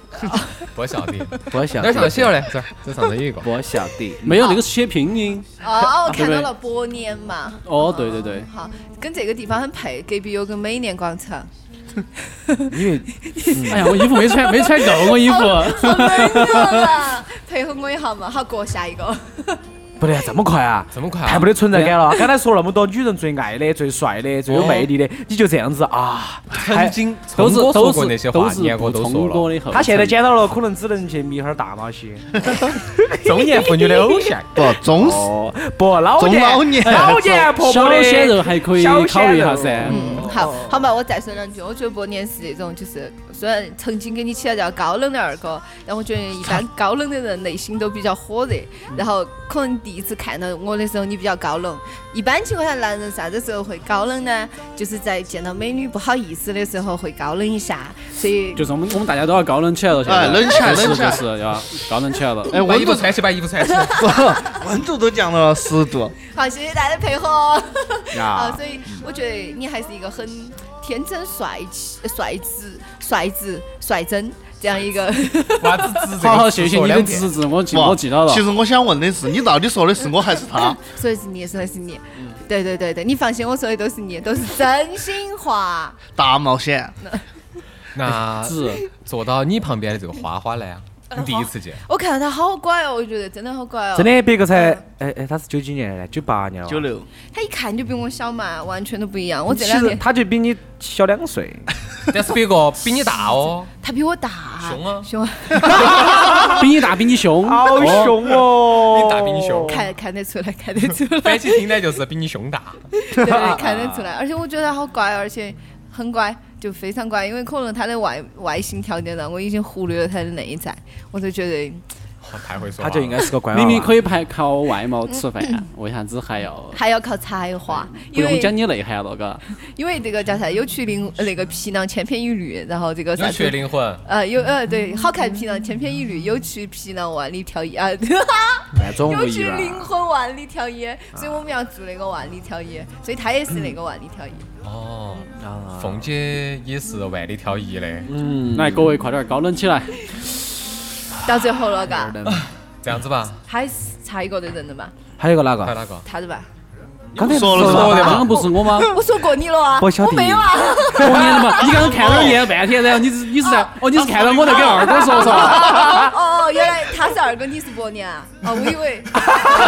[SPEAKER 1] 伯小弟，
[SPEAKER 2] 伯小
[SPEAKER 1] 哪
[SPEAKER 5] 哎
[SPEAKER 1] 儿上头写
[SPEAKER 2] 弟，
[SPEAKER 1] 了嘞？这儿这上头有一 个。
[SPEAKER 2] 伯小弟，
[SPEAKER 3] 没有那个是写拼音。
[SPEAKER 5] 哦，我看
[SPEAKER 3] 啊对
[SPEAKER 5] 到了波年嘛。
[SPEAKER 3] 哦，对对 对，
[SPEAKER 5] 好，跟这个地方很配，隔壁有个美年广场。
[SPEAKER 2] 因为
[SPEAKER 3] 哎呀，我衣服没穿，没穿够，我衣服。
[SPEAKER 4] 哦
[SPEAKER 5] 好冷啊！ 配合我一下嘛，好过下一个。
[SPEAKER 2] 不得这么快啊，
[SPEAKER 1] 这么快啊
[SPEAKER 2] 太没得存在感了。刚才说那么多女人最爱的、最帅的、最有魅力的，你就这样子啊？还
[SPEAKER 1] 曾经聪
[SPEAKER 3] 都是
[SPEAKER 1] 哥说
[SPEAKER 3] 都
[SPEAKER 1] 过那些
[SPEAKER 3] 是都
[SPEAKER 1] 话，
[SPEAKER 3] 是
[SPEAKER 1] 年哥
[SPEAKER 3] 不
[SPEAKER 1] 都
[SPEAKER 3] 聪
[SPEAKER 1] 说
[SPEAKER 3] 哥
[SPEAKER 1] 了。
[SPEAKER 3] 的后。
[SPEAKER 2] 他现在捡到了，可能只能去迷哈儿大马些。
[SPEAKER 1] 中年妇女的偶 像，
[SPEAKER 4] 不中
[SPEAKER 2] 哦，不，老
[SPEAKER 4] 嗯中
[SPEAKER 2] 年
[SPEAKER 4] 老年
[SPEAKER 1] 哎
[SPEAKER 2] 老年婆婆
[SPEAKER 3] 小
[SPEAKER 2] 的
[SPEAKER 3] 鲜肉还可以
[SPEAKER 2] 小
[SPEAKER 3] 考虑
[SPEAKER 2] 鲜
[SPEAKER 3] 一下
[SPEAKER 2] 肉
[SPEAKER 3] 噻。
[SPEAKER 5] 嗯，好，好吧，我再说两句。我觉得伯年是那种，就是虽然曾经给你起了叫高冷的二哥，但我觉得一般高冷的人内心都比较火热。
[SPEAKER 3] 嗯
[SPEAKER 5] 然后可能第一次看到我的时候，你比较高冷。一般情况下，男人啥子时候会高冷呢？就是在见到美女不好意思的时候会高冷一下。所以
[SPEAKER 3] 就是我们我们大家都要高冷起来了，现在
[SPEAKER 4] 哎冷起来
[SPEAKER 3] 就是
[SPEAKER 4] 冷起来
[SPEAKER 3] 就是要高冷起来了。
[SPEAKER 4] 哎，
[SPEAKER 1] 把
[SPEAKER 4] 温
[SPEAKER 1] 衣服
[SPEAKER 4] 度
[SPEAKER 1] 穿起，把衣服穿 起。
[SPEAKER 4] 温度都降了十度，
[SPEAKER 5] 好，谢谢大家的配合哦。啊，
[SPEAKER 2] 啊，
[SPEAKER 5] 所以我觉得你还是一个很天真帅气、帅子、帅子、率真这样一个。
[SPEAKER 1] 娃子指这个
[SPEAKER 3] 好好，谢谢你的
[SPEAKER 1] 指
[SPEAKER 3] 指正，我记
[SPEAKER 4] 不
[SPEAKER 3] 我记到了
[SPEAKER 4] 其。实我想问的是，你到底说的是我还是他？
[SPEAKER 5] 所以是你，所以是你，对对对对，你放心，我说的都是你，都是真心话。
[SPEAKER 4] 大冒险，
[SPEAKER 1] 那
[SPEAKER 3] 指
[SPEAKER 1] 坐到你旁边的这个花花 来啊，你第一次见，
[SPEAKER 5] 我看到他好乖哦，我觉得真的好乖哦。
[SPEAKER 2] 真，的，别个才哎哎，他是九几年的，九八年了。
[SPEAKER 4] 九六，
[SPEAKER 5] 他一看就比我小嘛，完全都不一样。我这
[SPEAKER 2] 其
[SPEAKER 5] 两
[SPEAKER 2] 实
[SPEAKER 5] 天
[SPEAKER 2] 他就比你小两岁，
[SPEAKER 1] 但是别个比你大哦，
[SPEAKER 5] 他比我大，
[SPEAKER 1] 凶啊
[SPEAKER 5] 凶啊，
[SPEAKER 3] 比你大，比你凶，
[SPEAKER 2] 好
[SPEAKER 3] 哦
[SPEAKER 2] 凶哦！
[SPEAKER 1] 你大 比你凶，
[SPEAKER 5] 看看得出来，看得出来。
[SPEAKER 1] 反其听来就是比你胸大。
[SPEAKER 5] 对 对，看得出来。而且我觉得他好乖，而且很乖，就非常乖。因为可能他的外外形条件让我已经忽略了他的内在，我就觉得
[SPEAKER 1] 哦太会说
[SPEAKER 2] 他
[SPEAKER 1] 话了，
[SPEAKER 2] 就应该是个乖娃娃。
[SPEAKER 3] 明明可以排靠外貌吃饭，为啥子还要
[SPEAKER 5] 还要靠才华，
[SPEAKER 3] 不
[SPEAKER 5] 因
[SPEAKER 3] 用
[SPEAKER 5] 为
[SPEAKER 3] 讲你内涵了？嘎，
[SPEAKER 5] 因为这个叫啥，有趣灵呃那个皮囊千篇一律，然后这个啥
[SPEAKER 1] 有
[SPEAKER 5] 子
[SPEAKER 1] 趣的灵魂。
[SPEAKER 5] 呃有呃对，好看皮囊千篇一律，有趣皮囊万里挑一啊，
[SPEAKER 2] 万中无
[SPEAKER 5] 有
[SPEAKER 2] 一啊
[SPEAKER 5] 趣
[SPEAKER 2] 吧。
[SPEAKER 5] 灵魂万里挑一，所以我们要做那个万里挑一，所以他也是那个万里挑一。
[SPEAKER 1] 哦，
[SPEAKER 2] 啊
[SPEAKER 1] 凤姐也是万里挑一的。
[SPEAKER 3] 嗯，来各位快点儿高冷起来。
[SPEAKER 5] 到最后了，嘎，
[SPEAKER 1] 这样子吧，
[SPEAKER 5] 还是差一个的人的嘛，
[SPEAKER 2] 还有一个哪
[SPEAKER 1] 还有
[SPEAKER 2] 个？
[SPEAKER 1] 哪个？
[SPEAKER 5] 他的吧。
[SPEAKER 2] 刚才
[SPEAKER 4] 说了
[SPEAKER 2] 吧
[SPEAKER 4] 说
[SPEAKER 3] 刚刚不是我吗？
[SPEAKER 5] 我说过你了啊，
[SPEAKER 2] 我晓得
[SPEAKER 5] 我没有啊，
[SPEAKER 3] 过年了嘛，你刚刚看到我演了半天，然后你是你是在哦，你是看到我在跟二哥说是吧？
[SPEAKER 5] 哦哦，原来他是二哥，你是伯年啊， 哦，我以为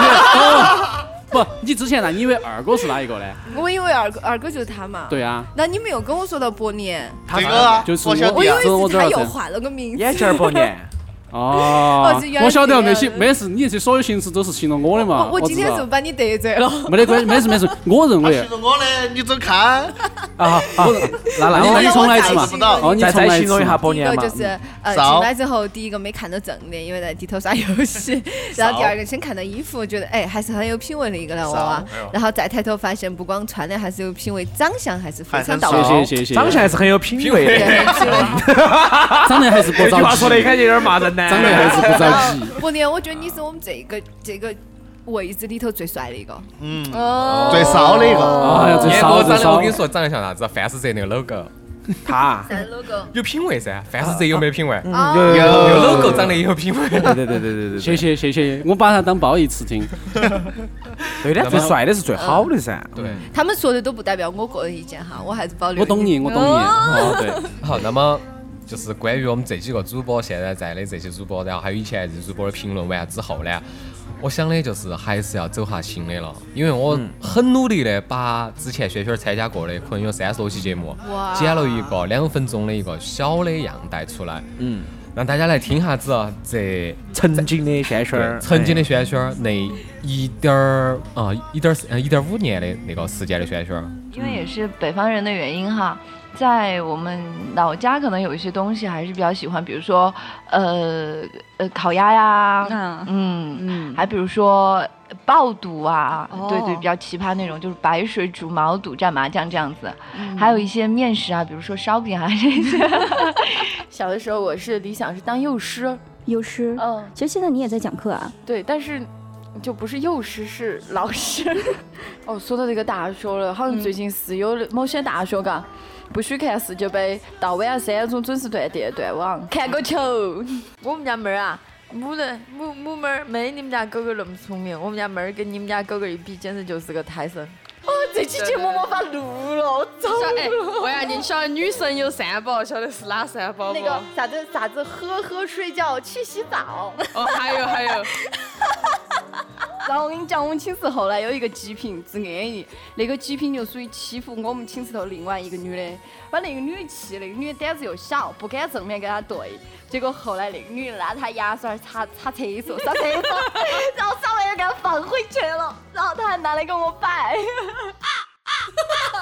[SPEAKER 3] 不，你之前呢？你以为二哥是哪一个呢？
[SPEAKER 5] 我以为二哥二哥就是他嘛，，
[SPEAKER 3] 对啊，
[SPEAKER 5] 那你没有跟我说到伯年，
[SPEAKER 4] 这个啊
[SPEAKER 3] 就是
[SPEAKER 4] 我晓
[SPEAKER 3] 对
[SPEAKER 5] 我以
[SPEAKER 4] 得
[SPEAKER 3] 呀
[SPEAKER 4] 呀，
[SPEAKER 3] 这我
[SPEAKER 5] 为是
[SPEAKER 3] 知
[SPEAKER 5] 他
[SPEAKER 3] 道
[SPEAKER 5] 又
[SPEAKER 3] 这
[SPEAKER 5] 换了个名字，
[SPEAKER 2] 眼镜儿伯年，
[SPEAKER 3] 哦
[SPEAKER 5] 哦这原，来
[SPEAKER 3] 我晓得
[SPEAKER 5] 是这
[SPEAKER 3] 没
[SPEAKER 5] 样
[SPEAKER 3] 形，没事，你这所有形式都是形容我的嘛。
[SPEAKER 5] 哦我我今天
[SPEAKER 3] 知
[SPEAKER 5] 是不
[SPEAKER 3] 道
[SPEAKER 5] 是把你得罪了？
[SPEAKER 3] 没得关系，没事没事，我认
[SPEAKER 4] 他
[SPEAKER 3] 为
[SPEAKER 4] 其实我的，你走看，
[SPEAKER 2] 啊啊！那那
[SPEAKER 3] 那
[SPEAKER 2] 我
[SPEAKER 3] 你重来一次嘛
[SPEAKER 5] 我再形容
[SPEAKER 3] 哦，你
[SPEAKER 2] 再
[SPEAKER 3] 重
[SPEAKER 2] 再
[SPEAKER 3] 来一
[SPEAKER 2] 形容
[SPEAKER 3] 次
[SPEAKER 2] 一下伯
[SPEAKER 5] 第一
[SPEAKER 2] 年
[SPEAKER 5] 个
[SPEAKER 2] 嘛
[SPEAKER 5] 就。是呃，进
[SPEAKER 4] 扫
[SPEAKER 5] 来之后，第一个没看到正脸，因为在低头耍 游戏。然后第二个先看到衣服，觉得哎还是很有品味的一个老娃娃
[SPEAKER 4] 扫。
[SPEAKER 5] 然后再抬头发现，不光穿的还是有品味，长相啊还是非常到
[SPEAKER 4] 还
[SPEAKER 5] 位
[SPEAKER 4] 很
[SPEAKER 3] 谢谢谢谢，
[SPEAKER 2] 长相还是很有品味
[SPEAKER 5] 对
[SPEAKER 2] 的。
[SPEAKER 5] 很有品味。
[SPEAKER 3] 长得还是不
[SPEAKER 2] 这句话
[SPEAKER 3] 着
[SPEAKER 2] 说的
[SPEAKER 3] 急，
[SPEAKER 2] 感觉有点骂人呢。
[SPEAKER 3] 长得还是不着急。
[SPEAKER 5] 伯年，我觉得你是我们这个这个位置里头最帅的一个。
[SPEAKER 4] 嗯，
[SPEAKER 5] 哦
[SPEAKER 4] 最骚的一个，
[SPEAKER 3] 哎呀，
[SPEAKER 2] 嗯
[SPEAKER 3] 这
[SPEAKER 1] 年
[SPEAKER 3] 骚
[SPEAKER 1] 哥长
[SPEAKER 3] 这
[SPEAKER 1] 得，我
[SPEAKER 3] 骚
[SPEAKER 1] 跟，你说长得像啥子？范思哲那个 logo，
[SPEAKER 2] 他，
[SPEAKER 5] 三 logo。
[SPEAKER 1] 有品味噻。范思哲有没有品味？
[SPEAKER 5] 啊
[SPEAKER 2] 有
[SPEAKER 4] 有
[SPEAKER 1] 有 logo 长得也有品味。
[SPEAKER 2] 对对对对对对，
[SPEAKER 3] 谢谢谢谢，我把他当褒义词听。
[SPEAKER 2] 对的，最帅的是最好的噻。
[SPEAKER 1] 对，
[SPEAKER 5] 他们说的都不代表我个人意见哈，我还是保留。
[SPEAKER 3] 我懂你，我懂你。
[SPEAKER 5] 哦
[SPEAKER 3] 哦，对，
[SPEAKER 1] 好，那么就是啊关于我们这几个主播现在在的这些主播，然后还有以前这些主播的评论完之后呢，我想的就是还是要走下新的了，因为我
[SPEAKER 2] 嗯
[SPEAKER 1] 很努力的把之前轩轩参加过的，可能有三十多期节目
[SPEAKER 5] 哇，
[SPEAKER 1] 剪了一个两分钟的一个小的样带出来，嗯，让大家来听下子啊这
[SPEAKER 2] 曾经的轩轩
[SPEAKER 1] 对
[SPEAKER 2] 儿，
[SPEAKER 1] 曾经的
[SPEAKER 2] 哎
[SPEAKER 1] 轩轩儿那一点儿啊一点儿呃一点五年的那个时间的轩轩儿，
[SPEAKER 7] 因为也是北方人的原因哈，在我们老家可能有一些东西还是比较喜欢，比如说呃呃烤鸭呀，
[SPEAKER 5] 嗯
[SPEAKER 7] 嗯，
[SPEAKER 5] 嗯，
[SPEAKER 7] 还比如说爆肚啊，
[SPEAKER 5] 哦
[SPEAKER 7] 对对，比较奇葩那种，就是白水煮毛肚蘸麻酱这样子，
[SPEAKER 5] 嗯
[SPEAKER 7] 还有一些面食啊，比如说烧饼啊这些。
[SPEAKER 6] 小的时候我是理想是当幼师，
[SPEAKER 8] 幼师。
[SPEAKER 6] 嗯，
[SPEAKER 8] 其实现在你也在讲课啊，
[SPEAKER 6] 对，但是就不是幼师是老师。 嗯哦，说到这个大学了，好像最近是有的某些大学嘎。不许看世界杯，到晚上啊三点钟准时断电断网，看个球。 我们家妹儿啊，母人母母妹儿没你们家狗狗那么聪明，我们家妹儿跟你们家狗狗一比，简直就是个胎神。哦，这期节目没法录了，我操！
[SPEAKER 9] 哎，我呀，你晓得女神有三宝，晓得是哪三宝不？
[SPEAKER 6] 那个啥子啥子，喝喝睡觉去洗澡。
[SPEAKER 9] 哦，还有还 有，
[SPEAKER 5] 然后我跟你讲，我们寝室后来有一个极品治安逸，那个极品就属于欺负我们寝室头另外一个女的，把那个女的气，那个女的胆子又小，不敢正面跟她对。结果后来那个女的拉她牙刷擦擦厕 所，擦厕所，然后上完又给她放回去了，然后她还拿来给我摆。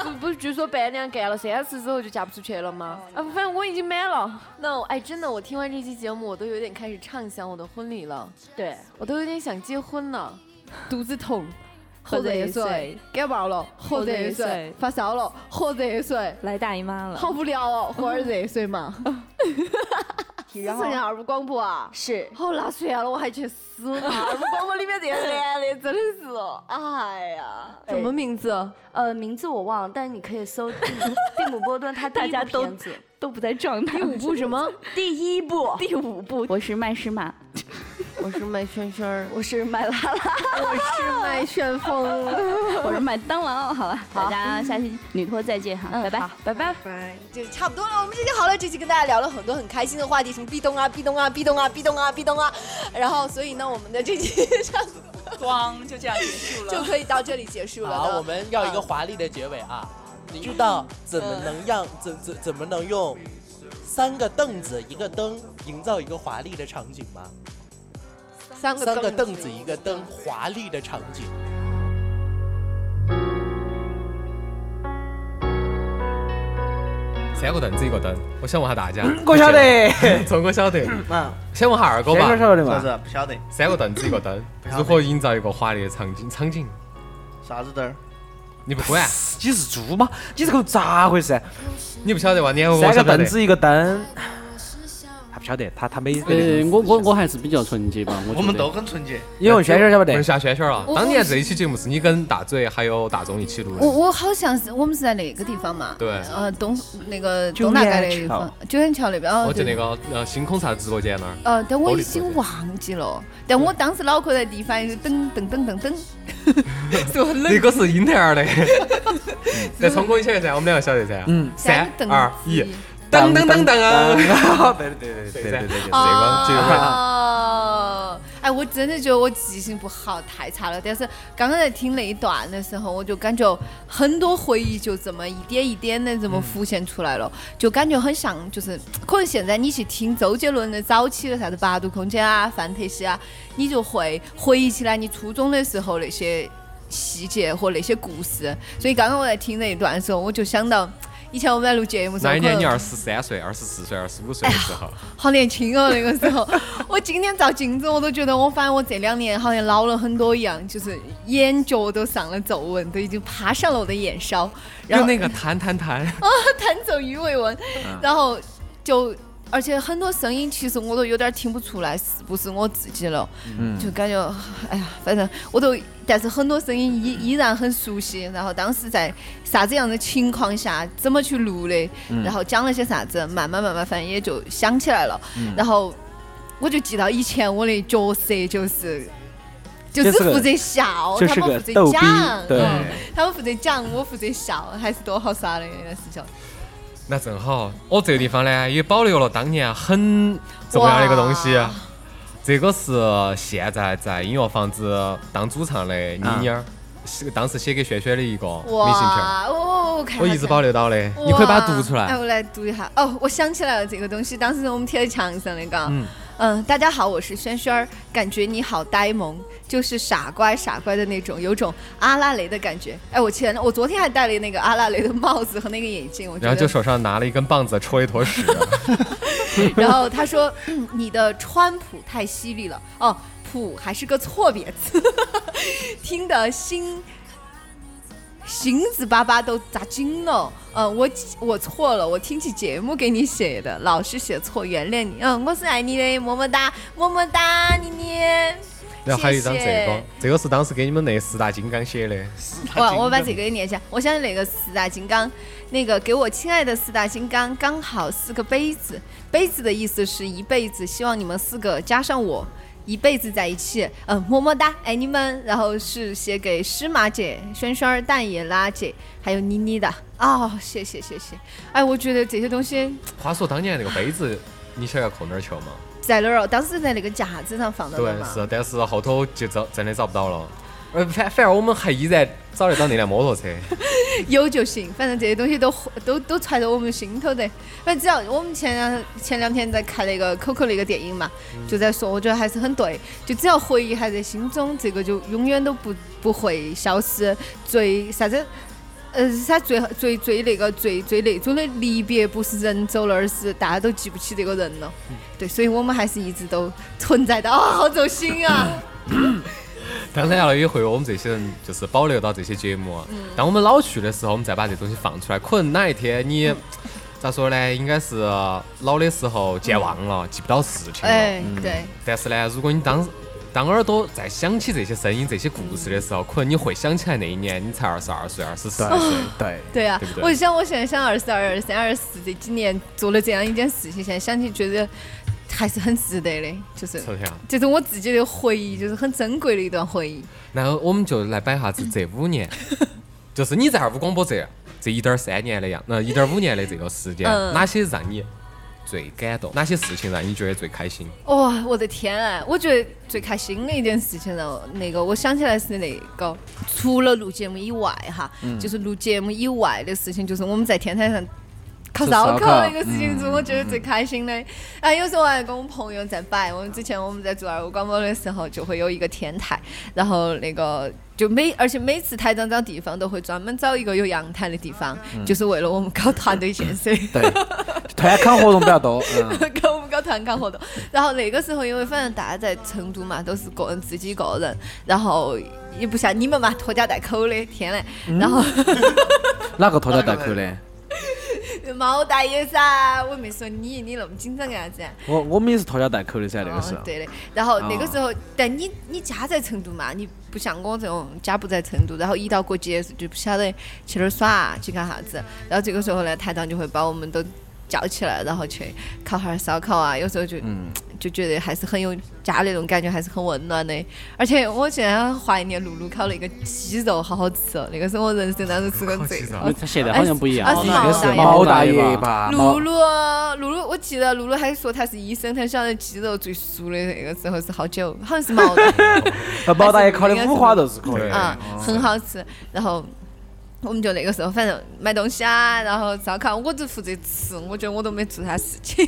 [SPEAKER 6] 不不是，据说伴娘干了三次之后就嫁不出去了吗？啊，反正我已经买了。那我哎，真的，我听完这期节目，我都有点开始畅想我的婚礼了，
[SPEAKER 8] 对，
[SPEAKER 6] 我都有点想结婚了。肚子痛，
[SPEAKER 5] 喝
[SPEAKER 6] 热
[SPEAKER 5] 热水，，感冒了喝热
[SPEAKER 6] 热
[SPEAKER 5] 水
[SPEAKER 6] 水，
[SPEAKER 5] 发烧了喝热水，
[SPEAKER 8] 来大姨妈了。
[SPEAKER 5] 好无聊哦，喝点热水 嘛。
[SPEAKER 6] 然后
[SPEAKER 5] 是二五广播啊。
[SPEAKER 6] 是
[SPEAKER 5] 好，那算了，我还去死吧！二五广播里面这些男的真的是，
[SPEAKER 6] 哦
[SPEAKER 5] 哎呀，
[SPEAKER 8] 什么
[SPEAKER 5] 名字？
[SPEAKER 8] 呃，名字我忘了，但是你可以搜 蒂蒂姆·波顿他第一
[SPEAKER 7] 大家
[SPEAKER 8] 部
[SPEAKER 7] 都
[SPEAKER 8] 片子，
[SPEAKER 7] 都不在状态。
[SPEAKER 8] 第五部什么？第一部，第五部。 我是麦诗玛，
[SPEAKER 6] 我是麦萱萱儿，
[SPEAKER 8] 我是麦拉拉，
[SPEAKER 5] 麦旋 风，
[SPEAKER 8] 我是麦当劳。好吧，大家下期女托再见哈，拜拜。
[SPEAKER 6] 拜拜。
[SPEAKER 5] 就差不多了。我们哎这期好了，这期跟大家聊了很多很开心的话题，什么壁咚啊、壁咚啊、壁咚啊、壁咚啊、壁咚啊，啊然后所以呢，我们的这期
[SPEAKER 9] 咣就这样结束
[SPEAKER 5] 就。可以到这里结束了。
[SPEAKER 10] 好，我们要一个华丽的结尾啊！你知道怎么能让怎怎怎么能用三个凳子一个灯营造一个华丽的场景吗？
[SPEAKER 5] 三个
[SPEAKER 10] 三个凳子一个灯，华丽的场景。
[SPEAKER 1] 三个凳子一个灯，我想问下大家，
[SPEAKER 2] 嗯我晓得，
[SPEAKER 1] 聪哥晓得，
[SPEAKER 4] 啊，
[SPEAKER 1] 先问下二哥吧，
[SPEAKER 2] 轩轩晓得
[SPEAKER 4] 啥
[SPEAKER 2] 嘛？
[SPEAKER 4] 子？不晓得
[SPEAKER 1] 三个凳子一个灯，
[SPEAKER 4] 不晓得
[SPEAKER 1] 如何营造一个华丽的场景？场景
[SPEAKER 4] 啥子灯儿？
[SPEAKER 1] 你不管，
[SPEAKER 2] 你是猪吗？你这个咋回事？
[SPEAKER 1] 你不晓得哇？你还问我
[SPEAKER 2] 三
[SPEAKER 1] 晓
[SPEAKER 2] 个
[SPEAKER 1] 不晓
[SPEAKER 2] 凳
[SPEAKER 1] 得？
[SPEAKER 2] 子一个灯，他不晓得，他他没。
[SPEAKER 3] 呃，我我我还是比较纯洁吧，我
[SPEAKER 4] 我们
[SPEAKER 3] 觉得
[SPEAKER 4] 都很纯洁。
[SPEAKER 2] 你问轩轩晓不
[SPEAKER 1] 不
[SPEAKER 2] 得
[SPEAKER 1] 是？下轩轩了。当年这一期节目是你跟大嘴还有大众一起录
[SPEAKER 5] 我
[SPEAKER 1] 的，
[SPEAKER 5] 我好像是我们是在哪个地方嘛？
[SPEAKER 1] 对
[SPEAKER 5] 呃，东那个
[SPEAKER 2] 九
[SPEAKER 5] 东大街
[SPEAKER 2] 眼
[SPEAKER 5] 那个地
[SPEAKER 2] 桥
[SPEAKER 5] 方，九眼桥那边。哦
[SPEAKER 1] 我就
[SPEAKER 5] 对
[SPEAKER 1] 那个呃星空啥直播间那儿，
[SPEAKER 5] 呃，但我
[SPEAKER 1] 玻璃
[SPEAKER 5] 已
[SPEAKER 1] 玻
[SPEAKER 5] 经
[SPEAKER 1] 璃
[SPEAKER 5] 忘记了，但我当时脑壳在地方就是噔噔噔噔 噔，就很冷
[SPEAKER 1] 那。个是英特尔的。在聪哥以前也噻，我们两个晓得噻。
[SPEAKER 2] 嗯，
[SPEAKER 1] 三
[SPEAKER 5] 等
[SPEAKER 1] 二一，
[SPEAKER 2] 噔
[SPEAKER 1] 噔噔噔噔。
[SPEAKER 2] 噔！对对对对对
[SPEAKER 1] 这
[SPEAKER 2] 对对对。
[SPEAKER 1] 个就有点
[SPEAKER 5] 哦，哎，我真的觉得我记性不好，太差了。但是刚刚在听那一段的时候，我就感觉很多回忆就这么一点一点的
[SPEAKER 1] 嗯
[SPEAKER 5] 这么浮现出来了，就感觉很像，就是可能现在你去听周杰伦的早期的啥子《八度空间》啊、《范特西》啊，你就会回忆起来你初中的时候那些细节和那些故事。所以刚刚我在听那一段的时候，我就想到以前我们在录节目的时候，
[SPEAKER 1] 那一年
[SPEAKER 5] 可
[SPEAKER 1] 你
[SPEAKER 5] 能
[SPEAKER 1] 二十三岁、二十四岁、二十五岁的时候，
[SPEAKER 5] 好年轻哦，那个时候， 我今天照镜子，我都觉得我发现我这两年好像老了很多一样，就是眼角都上了皱纹，都已经爬上了我的眼梢，
[SPEAKER 1] 用
[SPEAKER 5] 然后
[SPEAKER 1] 那个弹弹弹，
[SPEAKER 5] 弹走鱼尾纹，
[SPEAKER 2] 嗯
[SPEAKER 5] 然后就。而且很多声音其实我都有点听不出来是不是我自己了，
[SPEAKER 2] 嗯
[SPEAKER 5] 就感觉哎呀，反正我都，但是很多声音依依然很熟悉。然后当时在啥子样的情况下，怎么去录的，
[SPEAKER 2] 嗯
[SPEAKER 5] 然后讲了些啥子，慢慢慢慢，反正也就想起来了。
[SPEAKER 2] 嗯
[SPEAKER 5] 然后我就记到以前我的角色就是。就
[SPEAKER 2] 就是是个
[SPEAKER 5] 负责笑，
[SPEAKER 2] 就
[SPEAKER 5] 他
[SPEAKER 2] 是
[SPEAKER 5] 们
[SPEAKER 2] 个
[SPEAKER 5] 负责
[SPEAKER 2] 逗逼
[SPEAKER 5] 讲，，
[SPEAKER 2] 对，
[SPEAKER 5] 嗯他们负责讲，我负责笑，还是多好耍的一件事情。
[SPEAKER 1] 那哦正好，我这个地方呢也保留了当年很重要的一个东西
[SPEAKER 5] 哇，
[SPEAKER 1] 这个是现在在音乐房子当主唱的妮妮儿，写当时写给轩轩的一个明信片儿，
[SPEAKER 5] 啊哇，哦，看
[SPEAKER 1] 我一直保留到的，
[SPEAKER 5] 看
[SPEAKER 1] 你可以把它读出
[SPEAKER 5] 哇哎，
[SPEAKER 1] 来。
[SPEAKER 5] 我来读一下。哦，我想起来了这个东西，当时我们贴在墙上那个。
[SPEAKER 1] 嗯
[SPEAKER 5] 嗯大家好，我是轩轩儿，感觉你好呆萌，就是傻瓜傻瓜的那种，有种阿拉蕾的感觉。哎，我前我昨天还戴了那个阿拉蕾的帽子和那个眼镜，我觉得
[SPEAKER 1] 然后就手上拿了一根棒子戳一坨屎，
[SPEAKER 5] 然后他说：“嗯，你的川普太犀利了哦，普还是个错别字， 听得心行子巴巴都扎筋了。嗯，我我错了，我听起节目给你写的，老是写错，原谅你。嗯，我是爱你的，么么哒，么么哒，妮妮。
[SPEAKER 1] 然后还有一张这
[SPEAKER 5] 谢
[SPEAKER 1] 个
[SPEAKER 5] 谢，
[SPEAKER 1] 这个是当时给你们那四大金刚写的。
[SPEAKER 5] 我我把这个也念一下。我想起那个四大金刚，那个给我亲爱的四大金刚，刚好四个杯子。杯子的意思是一辈子，希望你们四个加上我。一辈子在一起，嗯，么么哒，爱你们。然后是写给诗马姐、轩轩儿、蛋爷、拉姐，还有妮妮的。哦，谢谢谢谢。哎，我觉得这些东西
[SPEAKER 1] 话说当年那个杯子，你晓得要扣哪儿去了吗？
[SPEAKER 5] 在哪儿哦？当时在那个架子上放到
[SPEAKER 1] 对
[SPEAKER 5] 的，嘛。
[SPEAKER 1] 是，但是后头就找真的找不到了。呃，反反而我们还依然找得到那辆摩托车。
[SPEAKER 5] 有就行，反正这些东西都都都揣到我们心头的。反正只要我们前两前两天在看那个 Coco 那个电影嘛，就在说，我觉得还是很对。就只要回忆还在心中，这个就永远都不不会消失。最啥子？呃，啥最最最那个最最那种的离别，不是人走了，而是大家都记不起这个人了。对，所以我们还是一直都存在的。哦，好走心啊！
[SPEAKER 1] 当然了，也会有我们这些人就是保留到这些节目啊。
[SPEAKER 5] 嗯
[SPEAKER 1] 当我们老去的时候，我们再把这东西放出来，可能哪一天你
[SPEAKER 5] 嗯
[SPEAKER 1] 咋说呢？应该是老的时候健忘了，记不到事情了。
[SPEAKER 5] 嗯哎
[SPEAKER 1] 嗯
[SPEAKER 5] 对。
[SPEAKER 1] 但是呢，如果你当当耳朵在想起这些声音、这些故事的时候，可能你会想起来那一年你才二十二岁、二十四岁
[SPEAKER 5] 对。
[SPEAKER 2] 对
[SPEAKER 5] 对啊，
[SPEAKER 1] 对不
[SPEAKER 5] 我
[SPEAKER 1] 对？
[SPEAKER 5] 想我现在想二十二、二三、二十四这几年做了这样一件事情，现在想起觉得还是很值得的，就是
[SPEAKER 1] 抽象。
[SPEAKER 5] 这种我自己的回忆，就是很珍贵的一段回忆。
[SPEAKER 1] 然后我们就来摆下子这五 年，就是你在二五广播这这一点三年的样，那一点五年的这个时间，
[SPEAKER 5] 嗯
[SPEAKER 1] 哪些让你最感动？哪些事情让你觉得最开心？
[SPEAKER 5] 哇、我的天啊！我觉得最开心的一件事情让我那个我想起来是那个，除了录节目以外哈，
[SPEAKER 9] 嗯
[SPEAKER 5] 就是录节目以外的事情，就是我们在天台上烤
[SPEAKER 9] 吃
[SPEAKER 5] 烧
[SPEAKER 9] 烧
[SPEAKER 5] 烤
[SPEAKER 9] 烤
[SPEAKER 5] 那个事情是我觉得最开心的。哎，有时候我还跟我朋友在摆，我们之前我们在做二五广播的时候，就会有一个天台，然后那个就每而且每次台长找地方都会专门找一个有阳台的地方，
[SPEAKER 2] 嗯
[SPEAKER 5] 就是为了我们搞团队建设。
[SPEAKER 2] 对，团康活动比较多，嗯，
[SPEAKER 5] 跟我们搞团康活动。然后那个时候，因为反正大家在成都嘛，都是个人自己一个人，然后也不像你们嘛，拖家带口的，天嘞！然后
[SPEAKER 2] 哪个拖家带口的？
[SPEAKER 5] 毛大爷噻，我没说你，你那么紧张干啥子啊？
[SPEAKER 2] 我我们也是拖家带口的噻，那个时
[SPEAKER 5] 嗯
[SPEAKER 2] 候，。哦
[SPEAKER 5] 对的。然后那个时候，但你你家在成都嘛，你不像我这种家不在成都，然后一到过节就不晓得去哪儿耍，去干啥子。然后这个时候呢，台长就会把我们都叫起来，然后去烤哈儿烧烤啊，有时候就、
[SPEAKER 2] 嗯
[SPEAKER 5] 就觉得还是很有家那种感觉，还是很温暖的。而且我现在怀念露露烤那个鸡肉，好好吃哦，那个是我人生当中吃过最。
[SPEAKER 2] 嗯他现在好像不一样
[SPEAKER 5] 啊是
[SPEAKER 2] 应该是
[SPEAKER 5] 毛
[SPEAKER 2] 毛
[SPEAKER 5] 大
[SPEAKER 2] 大
[SPEAKER 5] 爷
[SPEAKER 2] 爷吧
[SPEAKER 5] 露露，露露，我记得露露还说她是医生，她晓得肌肉最熟的那个时候是好久，好像是毛 的
[SPEAKER 2] 那包大爷烤的五花肉是可以的。
[SPEAKER 5] 啊，
[SPEAKER 2] 哦
[SPEAKER 5] 很好吃。然后我们就那个时候反正买东西啊，然后烧烤，我只负责吃，我觉得我都没做啥事情。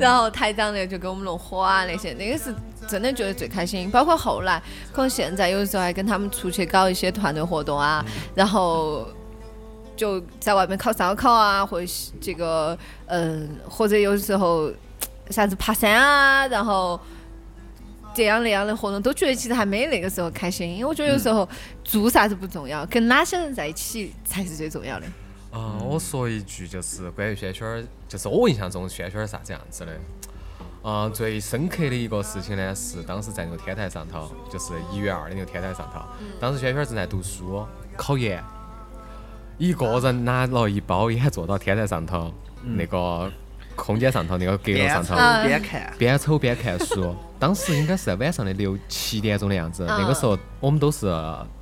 [SPEAKER 5] 然后台长呢就给我们弄火啊那些，那个是真的觉得最开心。包括后来，可能现在有时候还跟他们出去搞一些团队活动啊，然后。就在外面烤烧烤啊，或者是这个，嗯、或者有时候呃啥子爬山啊，然后这样那样的活动，都觉得其实还没那个时候开心。因为我觉
[SPEAKER 1] 嗯
[SPEAKER 5] 得有时候做啥子不重要，跟哪些人在一起才是最重要的。
[SPEAKER 1] 啊、我说一句，就是关于轩轩儿，就是我印象中轩轩儿是啥子样子的。嗯、最深刻的一个事情呢，是当时在那个天台上头，就是一月二的那个天台上头，当时轩轩儿正在读书，考研，一个人拿了一包烟坐到天台上头，那个空间上头那个阁楼上头
[SPEAKER 5] 边，
[SPEAKER 4] 啊
[SPEAKER 5] 瞅边看
[SPEAKER 1] 边瞅边看书。当时应该是在晚上的六七点钟的样子，
[SPEAKER 5] 嗯
[SPEAKER 1] 那个时候我们都是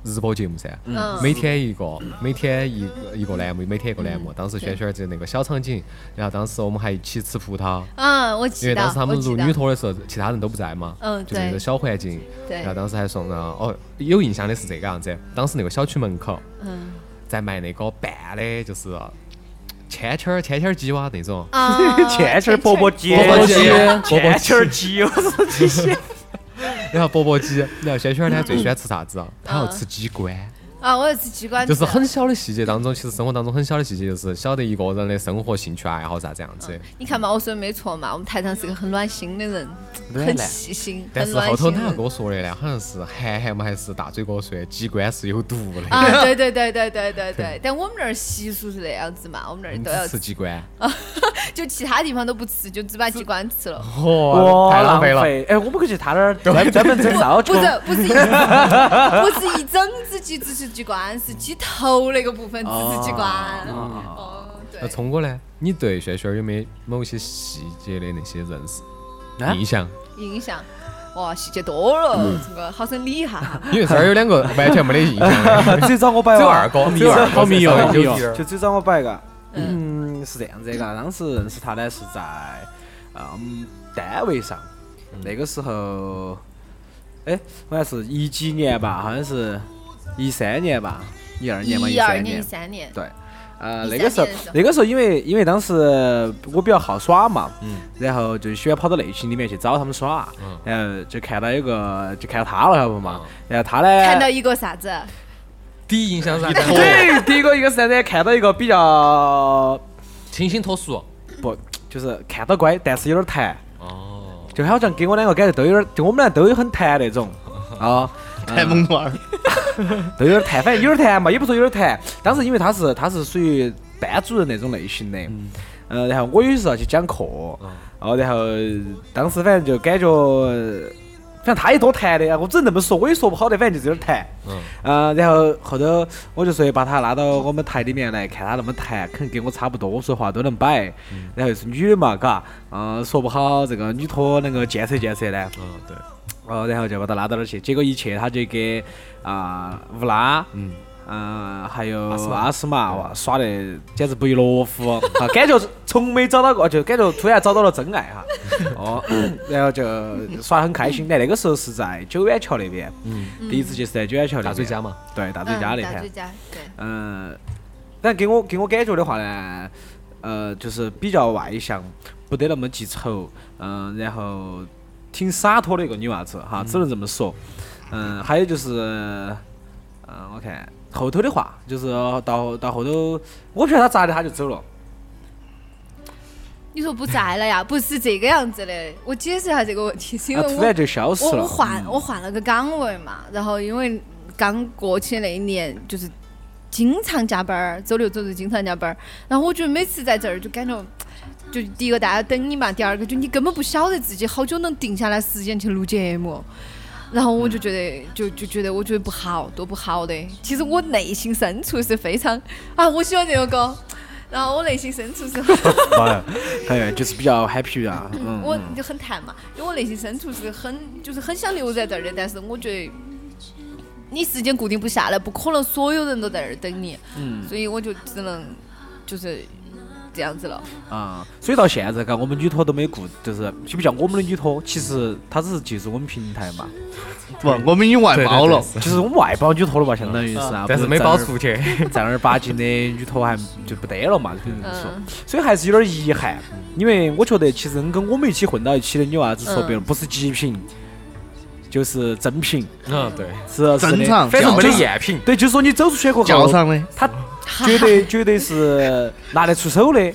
[SPEAKER 1] 日播节目噻
[SPEAKER 5] 嗯，
[SPEAKER 1] 每天一个，每天一个一个栏目，每天一个
[SPEAKER 5] 嗯
[SPEAKER 1] 栏目。当时轩轩儿就那个小场景，然后当时我们还一起吃葡萄，
[SPEAKER 5] 嗯，我
[SPEAKER 1] 因
[SPEAKER 5] 记
[SPEAKER 1] 为
[SPEAKER 5] 得，
[SPEAKER 1] 当时他们
[SPEAKER 5] 我记
[SPEAKER 1] 录
[SPEAKER 5] 得
[SPEAKER 1] 女托的时候，其他人都不在嘛，
[SPEAKER 5] 嗯
[SPEAKER 1] 就是那
[SPEAKER 5] 对
[SPEAKER 1] 个小环境，
[SPEAKER 5] 对
[SPEAKER 1] 然后当时还送了，哦，有印象的是这个样子，当时那个小区门口
[SPEAKER 5] 嗯
[SPEAKER 1] 在卖那个拌的，就是签签儿、签签儿鸡哇那种，
[SPEAKER 5] 啊
[SPEAKER 2] 芊芊儿钵钵鸡
[SPEAKER 1] 钵钵鸡、
[SPEAKER 2] 钵钵
[SPEAKER 1] 芊
[SPEAKER 2] 鸡芊芊儿鸡我操这些。
[SPEAKER 1] 然后钵钵鸡，然后轩轩儿呢最喜欢吃啥
[SPEAKER 5] 嗯
[SPEAKER 1] 子啊？他要吃鸡冠。
[SPEAKER 5] 啊，我有次去关
[SPEAKER 1] 就是很小的细节当中，其实生活当中很小的细节，就是晓得一个人的生活、兴趣爱好啥这样子。
[SPEAKER 5] 你看嘛，我说的没错嘛，我们台长是个很暖心的人，
[SPEAKER 1] 对
[SPEAKER 5] 很
[SPEAKER 1] 嘞
[SPEAKER 5] 细心，
[SPEAKER 1] 但
[SPEAKER 5] 很
[SPEAKER 1] 是
[SPEAKER 5] 暖
[SPEAKER 1] 后头
[SPEAKER 5] 心
[SPEAKER 1] 哪
[SPEAKER 5] 的
[SPEAKER 1] 个
[SPEAKER 5] 人
[SPEAKER 1] 跟。我说的呢？好像是涵涵嘛，还是大嘴跟我说的，鸡冠是有毒的。
[SPEAKER 5] 啊，对对对对对对对
[SPEAKER 1] 对，嗯
[SPEAKER 5] 但我们那儿习俗是那样子嘛，我们那 儿
[SPEAKER 1] 你
[SPEAKER 5] 都
[SPEAKER 1] 只
[SPEAKER 5] 要
[SPEAKER 1] 吃鸡冠。
[SPEAKER 5] 就其他地方都不吃，就只把鸡冠吃了。
[SPEAKER 1] 哇，哦太浪费了。
[SPEAKER 2] 哎，我们可以去他那 儿专专门整烧
[SPEAKER 5] 不
[SPEAKER 2] 鸡。
[SPEAKER 5] 是不是一 不是一整只鸡，只吃鸡冠，是鸡头那个部分只吃鸡冠。
[SPEAKER 2] 哦啊
[SPEAKER 5] 哦
[SPEAKER 1] 那聪哥呢？你对轩轩有没有某些细节的那些认识、印象？
[SPEAKER 5] 印象哇，细节多
[SPEAKER 2] 嗯
[SPEAKER 5] 了，这个好生啊理 一下。
[SPEAKER 1] 因为这儿有两个完全没得印象
[SPEAKER 2] 只有找我摆
[SPEAKER 1] 只有二哥，只有二哥迷
[SPEAKER 2] 哦
[SPEAKER 1] 哦，
[SPEAKER 2] 好迷
[SPEAKER 1] 有
[SPEAKER 2] 哦，就只有找我摆一个。嗯，是这样子的，嘎，当时认识他呢是在嗯单位上，
[SPEAKER 1] 嗯
[SPEAKER 2] 那个时候，哎，好像是一几年吧，好像是一三年吧，一二年吧，
[SPEAKER 5] 一二
[SPEAKER 2] 三
[SPEAKER 5] 年、
[SPEAKER 2] 年
[SPEAKER 5] 一，三年，
[SPEAKER 2] 对，呃，
[SPEAKER 5] 13
[SPEAKER 2] 那个时候
[SPEAKER 5] 年的时候，
[SPEAKER 2] 那个时候因为因为当时我比较好耍嘛，然后就喜欢跑到内群里面去找他们耍，然后就看到有个就看到他了，晓得不嘛？然后他呢，
[SPEAKER 5] 看到一个 啥子？
[SPEAKER 1] 第一印象是啥子？
[SPEAKER 2] 对，第一个一个是啥子？看到一个比较
[SPEAKER 1] 清新脱俗，
[SPEAKER 2] 不就是看到乖，但是有点弹，
[SPEAKER 1] 哦，
[SPEAKER 2] 就好像给我两个感觉都有点，就我们俩都有很弹那种啊，
[SPEAKER 4] 太萌娃儿，
[SPEAKER 2] 都有点弹，反正有点弹嘛，也不说有点弹。当时因为他是他是属于班主任那种类型的，嗯、然后我有时候去讲课，哦，然后当时反正就感觉，反正他也多弹的，我只能这么说，我也说不好的，反正就是有点弹。
[SPEAKER 1] 嗯，
[SPEAKER 2] 嗯，然后后头我就说把他拉到我们台里面来，看他那么弹，可能跟我差不多，说话都能摆。然后又是女的嘛，嘎，嗯，说不好这个女托能够建设建设呢。
[SPEAKER 1] 嗯，对。
[SPEAKER 2] 哦，然后就把他拉到那儿去，结果一去他就给啊乌拉，
[SPEAKER 1] 嗯。
[SPEAKER 2] 嗯，还有
[SPEAKER 1] 阿斯玛
[SPEAKER 2] 阿斯玛哇，耍得简直不亦乐乎，啊，感觉从没找到过，就感觉突然找到了真 爱哈，哦，然后就耍得很开心。但那个时候是在九眼桥那边，
[SPEAKER 1] 嗯
[SPEAKER 2] 第一次就是在九眼桥那边，
[SPEAKER 1] 大嘴家嘛，
[SPEAKER 2] 对，大嘴家那
[SPEAKER 5] 嗯大
[SPEAKER 2] 边
[SPEAKER 5] 最，佳，对，
[SPEAKER 2] 嗯，但给我给我感觉的话呢，呃，就是比较外向，不得那么记仇，嗯、然后挺洒脱的一个女娃子哈，只能这么说。嗯，还有就是，嗯、我看后头的话，就是到到后头，我不晓得她咋的，她就走了。
[SPEAKER 5] 你说不在了呀？不是这个样子的，我解释一下这个问题，是因为
[SPEAKER 2] 啊
[SPEAKER 5] 我
[SPEAKER 2] 突然就消失
[SPEAKER 5] 我
[SPEAKER 2] 了嗯
[SPEAKER 5] 我换我换了个岗位嘛，然后因为刚过去那一年就是经常加班儿，周六周日经常加班儿，然后我觉得每次在这儿就感觉。就第一个大家等你嘛，第二个就你根本不晓得自己好久能定下来时间去录节目，然后我就觉得，就就觉得，我觉得不好，多不好的。其实我内心深处是非常啊，我喜欢这首歌，然后我内心深处是，
[SPEAKER 2] 哎，就是比较 happy 啊，嗯，
[SPEAKER 5] 我就很谈嘛，因为我内心深处是很，就是很想留在这儿的，但是我觉得。你时间固定不下来，不可能所有人都在这儿等你，
[SPEAKER 2] 嗯
[SPEAKER 5] 所以我就只能就是这样子了。
[SPEAKER 2] 啊、所以到现在，嘎，我们女托都没顾，就是就不叫我们的女托，其实她只是借助我们平台嘛。
[SPEAKER 4] 不我们已经外包了
[SPEAKER 2] 对对对就是我们外包女托了吧，相当于是
[SPEAKER 1] 嗯
[SPEAKER 2] 啊，
[SPEAKER 1] 但是
[SPEAKER 2] 不
[SPEAKER 1] 没
[SPEAKER 2] 正儿
[SPEAKER 1] 包 出去
[SPEAKER 2] 正儿八经的女托还就不得了嘛，就这么说
[SPEAKER 5] 嗯。
[SPEAKER 2] 所以还是有点遗憾，因为我觉得其实能跟我们一起混到一起的女娃子，说白了
[SPEAKER 5] 嗯
[SPEAKER 2] 不是极品，就是真品。
[SPEAKER 1] 嗯，对，
[SPEAKER 2] 是是的
[SPEAKER 4] 正常
[SPEAKER 2] 反正没得
[SPEAKER 4] 就是
[SPEAKER 1] 赝品。
[SPEAKER 2] 对，就说你走出去过后，
[SPEAKER 4] 叫上的，
[SPEAKER 2] 他绝对 绝对是拿得出手的。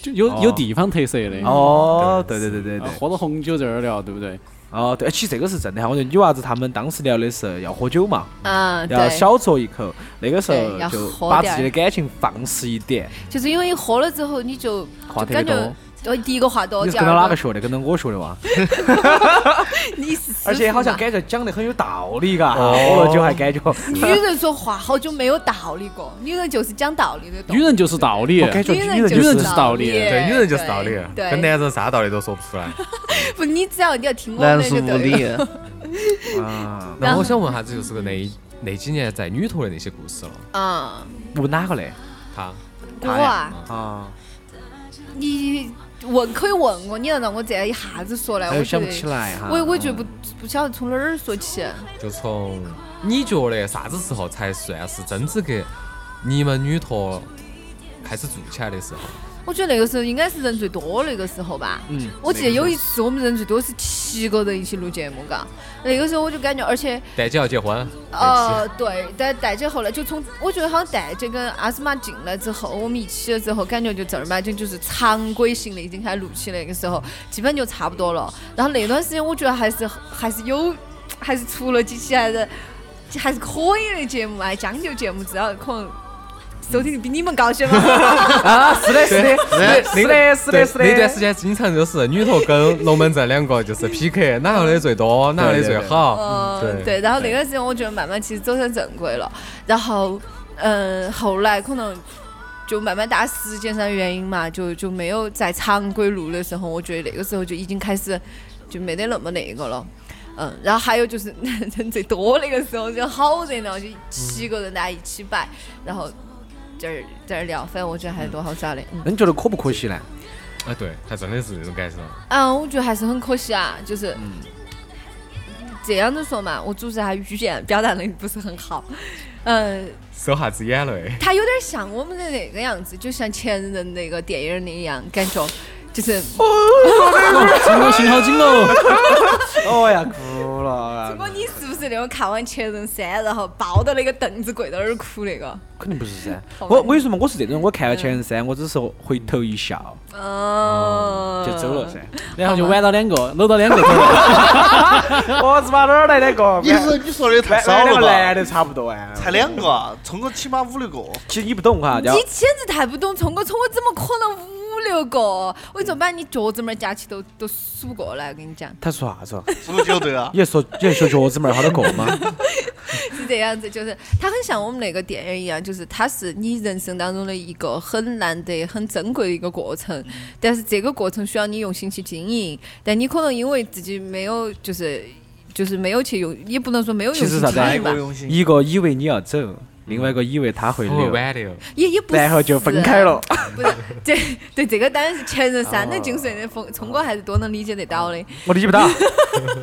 [SPEAKER 3] 就有有地方特色的。
[SPEAKER 2] 哦，对对对对对
[SPEAKER 3] 啊，。喝着红酒在这儿聊，对不对？
[SPEAKER 2] 哦，对，其实这个是真的哈。我觉得女娃子她们当时聊的是要喝酒嘛，
[SPEAKER 5] 嗯，
[SPEAKER 2] 要
[SPEAKER 5] 对，
[SPEAKER 2] 小酌一口，那个时
[SPEAKER 5] 对要
[SPEAKER 2] 候就
[SPEAKER 5] 喝
[SPEAKER 2] 把
[SPEAKER 5] 点
[SPEAKER 2] 自己
[SPEAKER 5] 儿
[SPEAKER 2] 的感情放肆一点。
[SPEAKER 5] 就是因为你喝了之后，你就
[SPEAKER 2] 话
[SPEAKER 5] 就
[SPEAKER 2] 特别
[SPEAKER 5] 感
[SPEAKER 2] 多
[SPEAKER 5] 觉对，第一个话多
[SPEAKER 2] 你是
[SPEAKER 5] 第
[SPEAKER 2] 跟到哪
[SPEAKER 5] 二
[SPEAKER 2] 个
[SPEAKER 5] 个，
[SPEAKER 2] 学的？跟到我学的哇？
[SPEAKER 5] 你是师傅
[SPEAKER 2] 而且好像
[SPEAKER 5] 嘛
[SPEAKER 2] 感觉讲得很有道理，嘎，
[SPEAKER 3] 哦
[SPEAKER 2] 哦，就还感觉。
[SPEAKER 5] 女 人说话好久没有道理过，女人就是讲道理的动物。
[SPEAKER 3] 女人就是道理，
[SPEAKER 1] 我感觉
[SPEAKER 5] 女人女人就是就是道理道理
[SPEAKER 1] 对，女人就是道理，
[SPEAKER 5] 对
[SPEAKER 1] 跟男人啥道理都说不 出来。
[SPEAKER 5] 不，你只要你要听我
[SPEAKER 1] 男
[SPEAKER 5] 的
[SPEAKER 1] 是
[SPEAKER 5] 就
[SPEAKER 1] 无理
[SPEAKER 5] 对了。
[SPEAKER 1] 啊，那我想问下子，就是那那几年在女头的那些故事了，
[SPEAKER 5] 嗯，
[SPEAKER 2] 我哪个嘞？
[SPEAKER 1] 他，
[SPEAKER 5] 我啊，
[SPEAKER 2] 啊，
[SPEAKER 5] 你问可以问我，你要让我这样一下子说来，
[SPEAKER 1] 哎
[SPEAKER 5] 我
[SPEAKER 1] 想
[SPEAKER 5] 觉
[SPEAKER 1] 不
[SPEAKER 5] 得
[SPEAKER 1] 起来哈
[SPEAKER 5] 我我觉得不不晓得从哪儿说起。
[SPEAKER 1] 就从你觉得啥子时候才算是真正给你们女托开始做起来的时候？
[SPEAKER 5] 我觉得那个时候应该是人最多那个时候吧。
[SPEAKER 1] 嗯
[SPEAKER 5] 我记得有一
[SPEAKER 1] 次，
[SPEAKER 5] 次我们人最多是七个人一起录节目，嘎。那个时候我就感觉，而且
[SPEAKER 1] 蛋姐要结婚，
[SPEAKER 5] 呃，对，但戴姐后来就从，我觉得好像戴姐跟阿斯玛进来之后，我们一起了之后，感觉就正儿八经就是常规性的已经开始录起那个时候，基本就差不多了。然后那段时间我觉得还是还是有，还是出了几期还是还是可以的节目啊，将就节目，只要可能收听率比你们高些嘛。
[SPEAKER 2] 啊，是的，是的，
[SPEAKER 1] 对
[SPEAKER 2] 是的，是的，是的。
[SPEAKER 1] 那段时间经常就是女头跟龙门阵两个就是 PK，哪个的最多，哪个的最好。
[SPEAKER 5] 嗯，对，然后那段时间我觉得慢慢其实走向正轨了，然后嗯，后来可能就慢慢大家时间上原因嘛，就就没有在常规录的时候，我觉得那个时候就已经开始就没得那么那个了。嗯，然后还有就是 人最多那个时候就好热闹，就七个人大家一起摆，然后在这儿在这儿聊，反正我觉得还是多好耍的。嗯
[SPEAKER 2] 那你觉得可不可 惜呢？
[SPEAKER 1] 啊，对，还真的是那种感受。
[SPEAKER 5] 嗯，我觉得还是很可惜啊，就是、
[SPEAKER 2] 嗯
[SPEAKER 5] 这样子说嘛，我主持人还语言表达能力不是很好，嗯，
[SPEAKER 1] 手下子眼泪。
[SPEAKER 5] 他有点像我们的那个样子，就像前任那个电影里一样，感觉就是。
[SPEAKER 3] 陈哥心好紧喽。
[SPEAKER 2] 哦呀，哭了啊
[SPEAKER 5] 如。果你是不是那种看完《前任三》然后抱到那个凳子跪到那儿哭那个？
[SPEAKER 2] 肯定不是噻。
[SPEAKER 5] 好吧
[SPEAKER 2] 我
[SPEAKER 5] 嗯
[SPEAKER 2] 我跟你说嘛，我是这种，我看完《前任三》，我只是回头一笑
[SPEAKER 5] 哦，
[SPEAKER 2] 就走了噻。
[SPEAKER 3] 然后就挽到两个，搂到两个头。
[SPEAKER 2] 我日妈哪儿来的个？
[SPEAKER 4] 你说你说的太少
[SPEAKER 2] 两
[SPEAKER 4] 了
[SPEAKER 2] 个
[SPEAKER 4] 吧
[SPEAKER 2] 男的差不多啊，
[SPEAKER 4] 才两个，聪哥起码五六个。哦
[SPEAKER 2] 其实你不懂哈，
[SPEAKER 5] 你
[SPEAKER 2] 叫
[SPEAKER 5] 简直太不懂聪哥，聪哥怎么可能五六个？我
[SPEAKER 2] 嗯
[SPEAKER 5] 跟你说，把你脚趾拇儿夹起都都数不过来，我跟你讲。
[SPEAKER 2] 他说啥子？
[SPEAKER 4] 足球队啊。
[SPEAKER 2] 你还说你还说脚趾拇儿好多个 吗？
[SPEAKER 5] 是这样子，就是它很像我们那个电影一样，就是它是你人生当中的一个很难得、很珍贵的一个过程，
[SPEAKER 2] 嗯
[SPEAKER 5] 但是这个过程需要你用心去经营，但你可能因为自己没有，就是就是没有去用，也不能说没有
[SPEAKER 2] 其
[SPEAKER 5] 用
[SPEAKER 2] 实
[SPEAKER 5] 心
[SPEAKER 2] 啥子啊
[SPEAKER 5] 经营吧，？
[SPEAKER 2] 一个以为你要走，另外一个以为他会
[SPEAKER 1] 会
[SPEAKER 2] 留，
[SPEAKER 1] 挽留。
[SPEAKER 5] 也也不是
[SPEAKER 2] 然后就分开了。哦
[SPEAKER 5] 这对这个当然是前任三的精髓的风，聪哥还是多能理解得到的。
[SPEAKER 2] 我理解不啊到。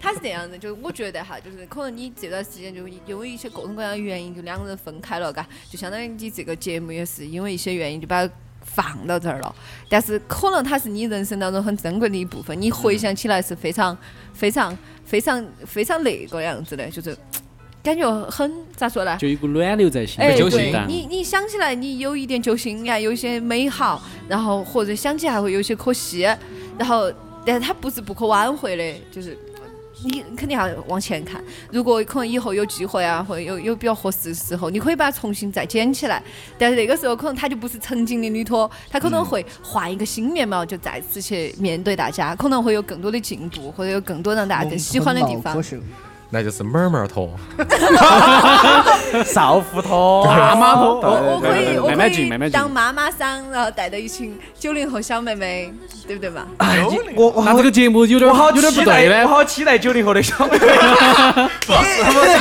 [SPEAKER 5] 他是这样的，就是我觉得哈，就是可能你这段时间就因为一些各种各样的原因，就两个人分开了，嘎，就相当于你这个节目也是因为一些原因就把它放到这儿了。但是可能它是你人生当中很珍贵的一部分，你回想起来是非常、非常、非常、非常那个样子的，就是感觉很咋说呢？
[SPEAKER 3] 就一股暖流在心里，
[SPEAKER 5] 哎，
[SPEAKER 3] 不
[SPEAKER 5] 对
[SPEAKER 3] 淡
[SPEAKER 5] 你，你想起来，你有一点揪心呀，有一些美好，然后或者想起来还会有些可惜，然后，但是它不是不可挽回的，就是你肯定要往前看。如果可能以后有机会啊，或者有有比较合适的时候，你可以把它重新再捡起来。但是那个时候可能她就不是曾经的女托，她可能会换一个新面貌，就再次去面对大家，可能会有更多的进步，或者有更多让大家更喜欢的地方。
[SPEAKER 1] 那就是妹妹托，
[SPEAKER 2] 少妇托
[SPEAKER 3] 大妈
[SPEAKER 2] 托
[SPEAKER 5] 我我可以，我
[SPEAKER 3] 慢
[SPEAKER 5] 可
[SPEAKER 3] 慢进，慢慢
[SPEAKER 5] 以
[SPEAKER 3] 进。
[SPEAKER 5] 当妈妈桑，然后带着一群九零后小妹妹，对不对哎嘛？
[SPEAKER 2] 我我
[SPEAKER 3] 那这个节目有点
[SPEAKER 2] 我好
[SPEAKER 3] 有点
[SPEAKER 2] 期
[SPEAKER 3] 不
[SPEAKER 2] 待
[SPEAKER 3] 对嘞
[SPEAKER 2] 我。好期待九零后的小妹妹，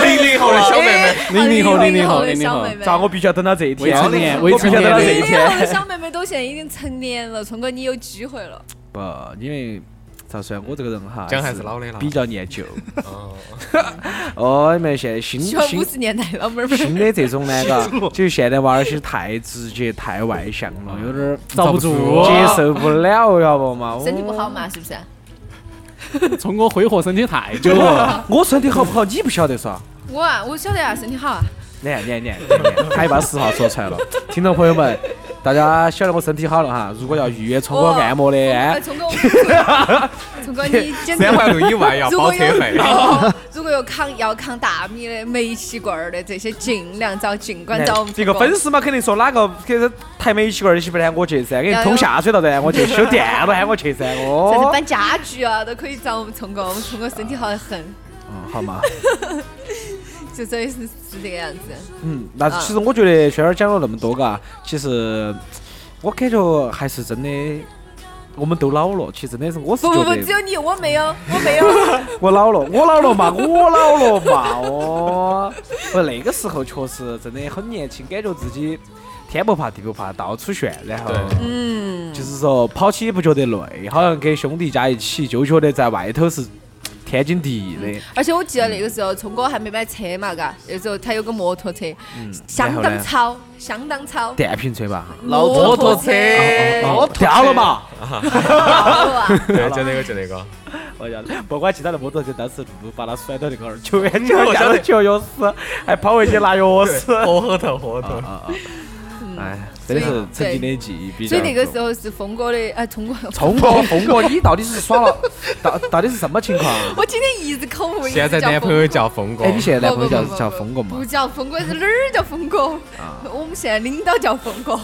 [SPEAKER 1] 零零后的 小妹妹，
[SPEAKER 3] 零零后，零零后，
[SPEAKER 5] 的
[SPEAKER 3] 零零
[SPEAKER 5] 小
[SPEAKER 3] 后
[SPEAKER 5] 妹。妹，
[SPEAKER 2] 咋我必须要等到这一
[SPEAKER 3] 未
[SPEAKER 2] 天？
[SPEAKER 3] 成年，
[SPEAKER 2] 我
[SPEAKER 3] 未
[SPEAKER 2] 必须
[SPEAKER 3] 成
[SPEAKER 2] 要
[SPEAKER 3] 年
[SPEAKER 2] 等到这一
[SPEAKER 5] 零零后的
[SPEAKER 2] 天。
[SPEAKER 5] 哎小妹妹都现在已经成年了，聪哥你有机会了。
[SPEAKER 2] 不，因为咋说呀，啊我这个人哈，
[SPEAKER 1] 姜还是老的辣
[SPEAKER 2] 比较念旧。
[SPEAKER 1] 哦，
[SPEAKER 2] 哦，你们现在
[SPEAKER 3] 嗯
[SPEAKER 2] 新
[SPEAKER 5] 喜欢
[SPEAKER 2] 新
[SPEAKER 5] 五十年代老妹儿
[SPEAKER 2] 新
[SPEAKER 5] 们，
[SPEAKER 2] 的这种呢，嘎，就现在娃儿些太直接、太外向了，有点儿
[SPEAKER 3] 遭不住
[SPEAKER 2] 接受不了，晓得
[SPEAKER 3] 哦
[SPEAKER 2] 嘛？
[SPEAKER 5] 身体不好嘛，是不是？
[SPEAKER 3] 聪哥挥霍身体太 久了，
[SPEAKER 2] 我我身体好不好你不晓得噻？
[SPEAKER 5] 我啊，我晓得啊，身体好啊。
[SPEAKER 2] 你看，你看，你看，你看，他也把实话说出来了。听众朋友们，大家晓得我身体好了哈，如果要预约聪哥按摩的，
[SPEAKER 5] 哎，
[SPEAKER 2] 哎
[SPEAKER 5] 聪哥，我聪哥你简直
[SPEAKER 1] 三万六以外要
[SPEAKER 5] 如
[SPEAKER 1] 包
[SPEAKER 5] 果
[SPEAKER 1] 车
[SPEAKER 5] 有
[SPEAKER 1] 费。
[SPEAKER 5] 哦 如果有抗要抗大米的、煤气罐儿的这些，尽量找，尽管找我们。
[SPEAKER 2] 这个粉丝嘛，肯定说哪个给他抬煤气罐儿的媳妇儿喊我去噻，给
[SPEAKER 5] 要
[SPEAKER 2] 你
[SPEAKER 5] 有
[SPEAKER 2] 通下水道的喊我去，修电都喊我去噻。
[SPEAKER 5] 甚至
[SPEAKER 2] 哦，
[SPEAKER 5] 搬家具啊，都可以找我们聪哥，我们聪哥身体好得很，
[SPEAKER 2] 嗯好嘛，
[SPEAKER 5] 就真的是是这个样子。
[SPEAKER 2] 嗯，那其实我觉得轩儿讲了那么多，嘎，其实我感觉还是真的，我们都老了，其实真的是我是
[SPEAKER 5] 不
[SPEAKER 2] 觉
[SPEAKER 5] 不不，
[SPEAKER 2] 得
[SPEAKER 5] 只有你，我没有，我没有。
[SPEAKER 2] 我老了，我老了嘛，我老了嘛，哦，不，那个时候确实真的很年轻，感觉自己天不怕地不怕，到处炫，然后，
[SPEAKER 5] 嗯，
[SPEAKER 2] 就是说跑起不觉得累，好像跟兄弟家一起就觉得在外头是天经地义的。
[SPEAKER 5] 而且我记得那个时候，聪哥还没买车嘛，嘎，那时候他有个摩托车，
[SPEAKER 2] 嗯然
[SPEAKER 5] 相
[SPEAKER 2] 后
[SPEAKER 5] 当
[SPEAKER 2] 呢？
[SPEAKER 5] 超，相当超。
[SPEAKER 2] 电瓶车吧，
[SPEAKER 5] 老摩托车哎
[SPEAKER 2] 哦哦哦掉了嘛？
[SPEAKER 1] 对，就那个就那个。
[SPEAKER 2] 我晓得，不管其他的摩托车，当时路把他甩到那个二九元九下头取了钥匙，还跑回去拿钥匙。
[SPEAKER 1] 火后头，火后头。
[SPEAKER 2] 啊啊！哎，真的是曾经的记忆比较。
[SPEAKER 5] 所以那个时候是峰哥的，哎，聪哥，
[SPEAKER 2] 聪哥，峰哥，你到底是耍了，到到底是什么情况？
[SPEAKER 5] 我今天一直口误，一直
[SPEAKER 1] 现在
[SPEAKER 5] 叫
[SPEAKER 1] 男
[SPEAKER 5] 峰
[SPEAKER 1] 朋友叫峰哥。
[SPEAKER 2] 哎， 你现在男朋友
[SPEAKER 5] 不不不
[SPEAKER 2] 叫
[SPEAKER 5] 不
[SPEAKER 2] 叫峰哥嘛
[SPEAKER 5] 不？叫峰哥，是哪儿叫峰哥？
[SPEAKER 2] 啊
[SPEAKER 5] 我们现在领导叫峰哥。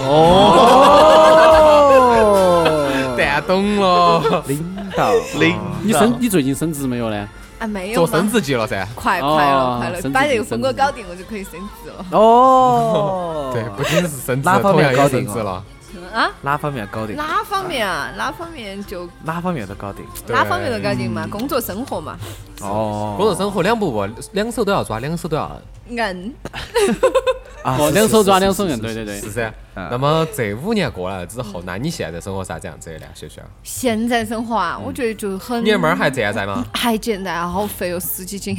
[SPEAKER 2] 哦，
[SPEAKER 1] 蛋懂了。
[SPEAKER 2] 领导，
[SPEAKER 1] 领
[SPEAKER 3] 你升你最近升职没有呢？
[SPEAKER 5] 啊，没有
[SPEAKER 1] 做
[SPEAKER 5] 吗
[SPEAKER 1] 升职季了噻。
[SPEAKER 5] 快
[SPEAKER 3] 哦
[SPEAKER 5] 快了，快了，
[SPEAKER 3] 升
[SPEAKER 5] 把
[SPEAKER 3] 职
[SPEAKER 5] 这个
[SPEAKER 3] 升
[SPEAKER 5] 峰哥
[SPEAKER 3] 职
[SPEAKER 5] 搞定，我就可以升职 了。
[SPEAKER 2] 哦，
[SPEAKER 1] 对，不仅是升职，
[SPEAKER 2] 哪方
[SPEAKER 1] 同
[SPEAKER 2] 面
[SPEAKER 1] 样
[SPEAKER 2] 搞
[SPEAKER 1] 也
[SPEAKER 2] 定
[SPEAKER 1] 升职了。
[SPEAKER 5] 嗯啊，
[SPEAKER 2] 哪方面搞定？
[SPEAKER 5] 哪方面啊？哪方面就
[SPEAKER 2] 哪方面都搞定。
[SPEAKER 5] 哪方面都搞定嘛，工作生活嘛，
[SPEAKER 2] 哦，
[SPEAKER 1] 工作生活两不误，两手都要抓，两手都要按。
[SPEAKER 5] 硬。
[SPEAKER 2] 啊
[SPEAKER 3] 哦
[SPEAKER 2] 是
[SPEAKER 3] 两手
[SPEAKER 2] 是
[SPEAKER 3] 抓
[SPEAKER 2] 是
[SPEAKER 3] 两
[SPEAKER 2] 是
[SPEAKER 3] 手硬，
[SPEAKER 2] 是
[SPEAKER 3] 对对对。
[SPEAKER 1] 是噻。
[SPEAKER 2] 嗯
[SPEAKER 1] 那么这五年过来之后，那你现在生活啥子样子的呢？雪雪，
[SPEAKER 5] 现在生活啊，我觉得就很。
[SPEAKER 1] 你的猫儿还这样在吗？
[SPEAKER 5] 还健在啊，好肥哦，十几斤。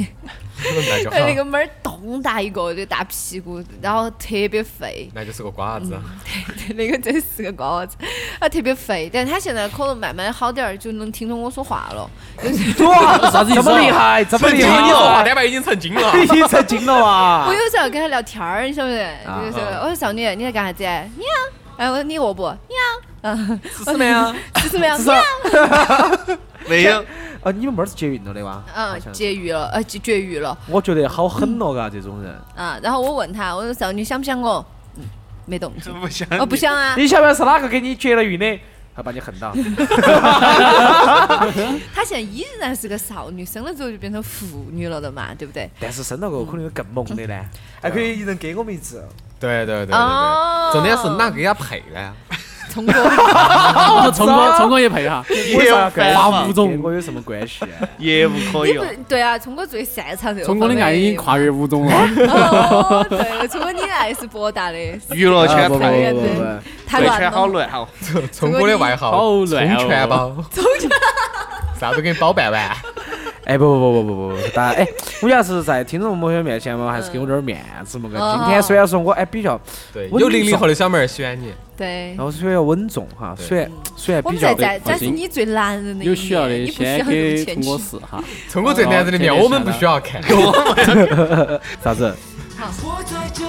[SPEAKER 1] 那就好啊
[SPEAKER 5] 哎，， 那个猫儿咚大一个，就大屁股，然后特别肥。
[SPEAKER 1] 那就是个瓜子。
[SPEAKER 5] 对， 那个真是个瓜娃子，它特别肥，但它现在可能慢慢好点儿，就能听懂我说话了。
[SPEAKER 2] 哇，
[SPEAKER 3] 啥子意思
[SPEAKER 2] 这
[SPEAKER 3] 啊
[SPEAKER 2] 么厉害，这么
[SPEAKER 1] 成
[SPEAKER 2] 厉
[SPEAKER 1] 精了，
[SPEAKER 2] 害
[SPEAKER 1] 话，单板已经成精 了。
[SPEAKER 2] 已经成精了啊
[SPEAKER 5] 我
[SPEAKER 2] 哇！
[SPEAKER 5] 有时候跟他聊天儿，你晓不晓得？
[SPEAKER 2] 啊
[SPEAKER 5] 就是我说少女，你在干啥子？你呀，哎，我说你饿不？你呀， 嗯，
[SPEAKER 2] 是没有？
[SPEAKER 5] 吃 什么呀？
[SPEAKER 2] 是
[SPEAKER 5] 你呀
[SPEAKER 4] 没有，
[SPEAKER 2] 哦，你们妹儿是绝育了的哇？好
[SPEAKER 5] 嗯，
[SPEAKER 2] 像是
[SPEAKER 5] 绝育了，呃，绝绝育了
[SPEAKER 2] 我觉得好狠咯，嘎，这种人。
[SPEAKER 5] 啊。然后我问他，我说少女想不想我？嗯没动 静，
[SPEAKER 4] 不想
[SPEAKER 5] 我不想啊。
[SPEAKER 2] 你晓不晓得是哪个给你绝了育的？他把你恨到。
[SPEAKER 5] 她现在依然是个少女，生了之后就变成妇女了的嘛，对不对？
[SPEAKER 2] 但是生了过后可能有更猛的呢，还可以一人给我们一只。
[SPEAKER 1] 对对对对
[SPEAKER 5] 哦
[SPEAKER 1] 对，重点是哪个给他配呢？
[SPEAKER 5] 通过
[SPEAKER 3] 哦聪哥，聪哥也配哈。
[SPEAKER 2] 我
[SPEAKER 5] 哦
[SPEAKER 2] 啥关系？
[SPEAKER 3] 哇吴总
[SPEAKER 2] 跟我有什么关系？
[SPEAKER 4] 业务可
[SPEAKER 2] 哎
[SPEAKER 5] 你
[SPEAKER 4] 以
[SPEAKER 5] 不
[SPEAKER 4] 哦。
[SPEAKER 5] 对啊，聪哥最擅长这个。
[SPEAKER 3] 聪哥的爱已经。跨越啊五种了。
[SPEAKER 5] 哦，对，聪哥你的爱是 博大的，
[SPEAKER 4] 娱乐圈
[SPEAKER 3] 不不
[SPEAKER 4] 太
[SPEAKER 3] 不不不，
[SPEAKER 5] 太
[SPEAKER 4] 娱乐
[SPEAKER 5] 乱
[SPEAKER 4] 圈好
[SPEAKER 5] 了。
[SPEAKER 4] 乱哈。
[SPEAKER 1] 聪哥的外号，
[SPEAKER 3] 好
[SPEAKER 1] 充
[SPEAKER 3] 乱哦
[SPEAKER 1] 全包，充全，啥都给你包办完。
[SPEAKER 2] 哎，不不不不不不不，大家哎，我要是在听众朋友面前嘛，还是给我点儿面子嘛。
[SPEAKER 5] 嗯
[SPEAKER 2] 嘎今天虽然说我哎比较，
[SPEAKER 1] 对，
[SPEAKER 2] 我
[SPEAKER 1] 有零零后的小妹儿喜欢你，
[SPEAKER 5] 对
[SPEAKER 2] 然。后虽然稳重哈，
[SPEAKER 1] 对
[SPEAKER 2] 虽然虽然
[SPEAKER 5] 我
[SPEAKER 2] 比
[SPEAKER 5] 们
[SPEAKER 2] 较
[SPEAKER 5] 在在，
[SPEAKER 3] 放
[SPEAKER 5] 但是
[SPEAKER 3] 心
[SPEAKER 5] 你最男人的一面，
[SPEAKER 3] 有需要的
[SPEAKER 5] 你不需
[SPEAKER 3] 先
[SPEAKER 5] 要那么
[SPEAKER 3] 给
[SPEAKER 5] 谦
[SPEAKER 3] 聪哥
[SPEAKER 5] 虚。
[SPEAKER 3] 试哈。
[SPEAKER 1] 哦聪哥最男人的面，
[SPEAKER 3] 哦
[SPEAKER 1] 我们不需要看。
[SPEAKER 2] 啥子？
[SPEAKER 5] 好
[SPEAKER 11] 我在这啊啊